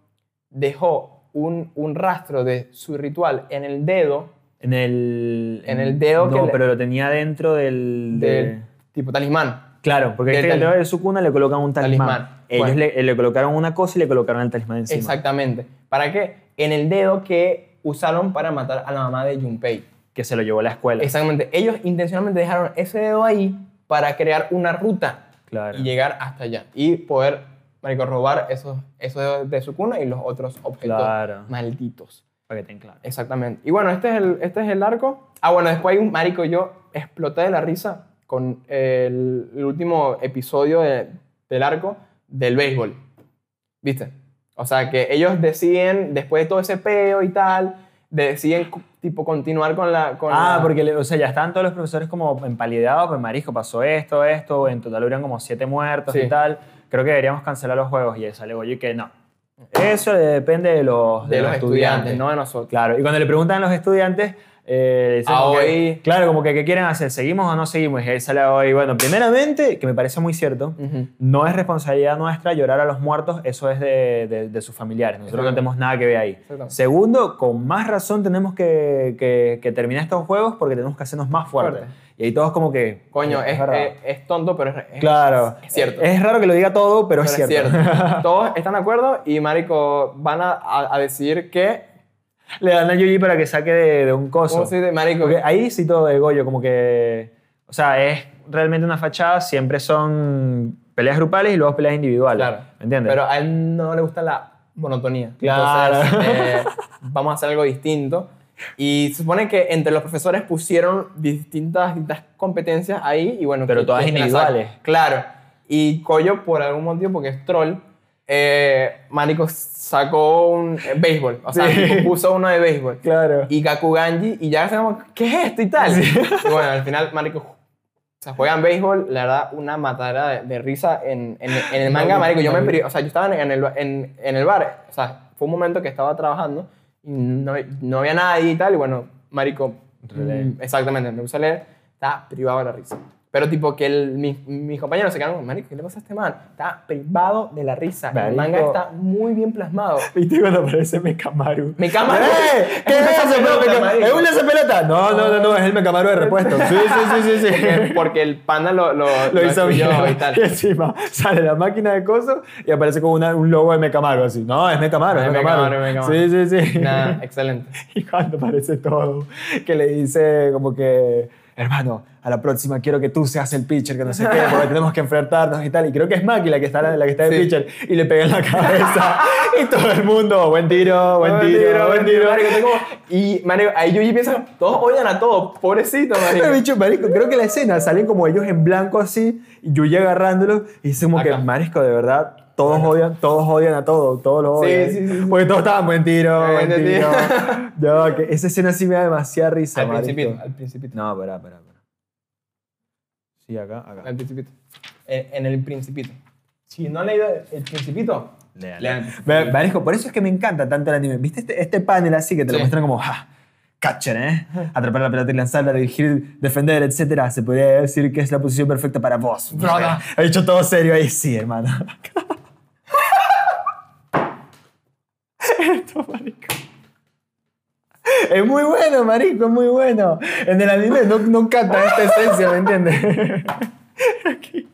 B: dejó un, un rastro de su ritual en el dedo
C: En el.
B: En el dedo que
C: No,
B: le-
C: pero lo tenía dentro del.
B: del
C: de-
B: tipo talismán.
C: Claro, porque
B: Del
C: este, el
B: talismán.
C: dedo de su cuna le colocan un talismán.
B: Talismán.
C: Ellos
B: Bueno.
C: le, le colocaron una cosa y le colocaron el talismán encima.
B: Exactamente. ¿Para qué? En el dedo que usaron para matar a la mamá de Junpei.
C: Que se lo llevó a la escuela.
B: Exactamente. Ellos intencionalmente dejaron ese dedo ahí para crear una ruta
C: Claro.
B: y llegar hasta allá. Y poder, marico, robar esos, esos dedos de su cuna y los otros objetos
C: Claro.
B: malditos.
C: Para que tengan claro.
B: Exactamente. Y bueno, este es el, este es el arco. Ah, bueno, después hay un marico, yo exploté de la risa con el, el último episodio de- del arco del béisbol. ¿Viste? O sea, que ellos deciden, después de todo ese peo y tal, deciden cu- tipo continuar con la... Con
C: Ah,
B: la-
C: porque le- o sea, ya estaban todos los profesores como empalidados, pues marisco, pasó esto, esto, en total hubieran como siete muertos
B: Sí.
C: y tal. Creo que deberíamos cancelar los juegos y ahí sale Goyo y que no. Eso depende de los,
B: de, los estudiantes, no de nosotros.
C: Claro, y cuando le preguntan a los estudiantes, Eh, dicen como que-
B: Aoi.
C: claro, como que ¿qué quieren hacer? ¿Seguimos o no seguimos? Y ahí sale hoy. Bueno, primeramente, que me parece muy cierto,
B: Ujú.
C: no es responsabilidad nuestra llorar a los muertos, eso es de, de- de sus familiares. Nosotros no
B: Exactamente.
C: tenemos nada que ver ahí.
B: Exactamente.
C: Segundo, con más razón tenemos que, que- que terminar estos juegos porque tenemos que hacernos más fuertes.
B: Fuerte.
C: Y ahí todos como que...
B: Coño, es,
C: verdad.
B: es- es tonto, pero es, es-
C: Claro.
B: es cierto.
C: Es raro que lo diga todo,
B: pero
C: pero, es cierto.
B: Todos están de acuerdo y, marico, van a, a- a decidir que...
C: Le dan a Yuji para que saque de, de un coso.
B: ¿Cómo se dice? Marico,
C: Porque ahí sí todo de Goyo, como que. O sea, es realmente una fachada, siempre son peleas grupales y luego peleas individuales.
B: Claro.
C: ¿Me entiendes?
B: Pero a él no le gusta la monotonía.
C: Claro.
B: Entonces, eh, vamos a hacer algo distinto. Y se supone que entre los profesores pusieron distintas, distintas competencias ahí y bueno...
C: Pero
B: que-
C: todas
B: que- que las
C: individuales.
B: saque. Claro. Y Coyo, por algún motivo, porque es troll, eh, Marico sacó un eh, béisbol. O sea,
A: Sí.
B: tipo, puso uno de béisbol.
A: Claro.
B: Y Kakuganji, y ya sabemos, ¿qué es esto y tal? Y bueno, al final, Marico, o sea, juegan béisbol, la verdad, una matadera de, de risa en, en- en el manga, marico. Yo me peri- o sea, yo estaba en- en el, ba- en, en el bar, o sea, fue un momento que estaba trabajando y no, no había nadie y tal, y bueno, marico, mm, exactamente, me puse a leer, estaba privado de la risa. Pero tipo que el- mis, mis compañeros se quedaron, marico, ¿qué le pasa a este man? Está privado de la risa. El
C: Marico.
B: manga está muy bien plasmado.
A: ¿Viste cuando aparece Mekamaru?
B: Mi cámara...
C: ¡Eh! ¿Qué es esa pelota? ¿Es un lanzapelota? No, no, no, no, es el mecamaro de repuesto. Sí, sí, sí, sí. sí.
B: Porque, porque el panda lo, lo,
A: Lo hizo
B: destruyó
A: bien.
B: y tal.
A: Y encima sale la máquina de cosas y aparece con una- un logo de Mecamaro así. No, es Mecamaro, Ah, es
B: Es
A: Mecamaro.
B: Mecamaro, es
A: Sí, sí, sí.
B: Nada, excelente.
A: Y cuando aparece todo, que le dice como que, hermano, a la próxima quiero que tú seas el pitcher, que no sé qué, porque tenemos que enfrentarnos y tal. Y creo que es Maki la que está, la que está de
B: Sí.
A: pitcher. Y le pega en la cabeza. y todo el mundo, buen tiro, buen, tiro, buen tiro.
B: Marico, estoy como- y Mario, ahí Yuji piensa, todos odian a todos, pobrecito,
A: El
B: Mario.
A: bicho, marico, creo que la escena salen como ellos en blanco así, y Yuya agarrándolos, y dice como
B: Acá.
A: que, marisco, de verdad, todos odian, todos odian a todo, todos lo
B: Sí,
A: odian.
B: sí, sí, sí.
A: Porque todos estaban buen tiro,
B: Buen
A: buen
B: tiro.
A: tiro. Yo, que esa escena sí me da demasiada risa,
B: Al
A: marisco.
B: principito, al principito,
C: No, pará, pará, pará. Sí, acá, acá.
B: al principito. En, en el principito. Si no han leído el principito,
C: Lean.
B: lean.
A: Ve- ve-
C: Marisco, por eso es que me encanta tanto el anime. ¿Viste este, este panel así que te lo
B: Sí.
C: muestran como, ja, catcher, eh? Atrapar la pelota y lanzarla, dirigir, defender, etcétera. Se podría decir que es la posición perfecta para vos.
B: Broda.
C: He dicho todo serio ahí, sí, hermano.
A: Esto, marico. Es muy bueno, marico, es muy bueno. En el anime no, no canta esta esencia, ¿me entiendes? Aquí-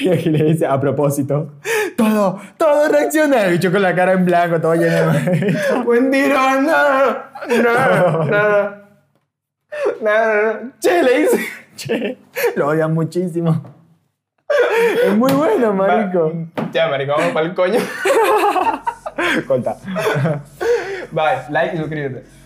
A: Y aquí le dice, a propósito, todo, todo reacciona. El bicho con la cara en blanco, todo lleno de...
B: Buen tiro, no, no, no, no, no, no. Che, le hice.
A: Che, lo odian muchísimo. Es muy bueno, marico.
B: Ya, Marico, vamos para el coño.
A: Corta.
B: Bye, like y suscríbete.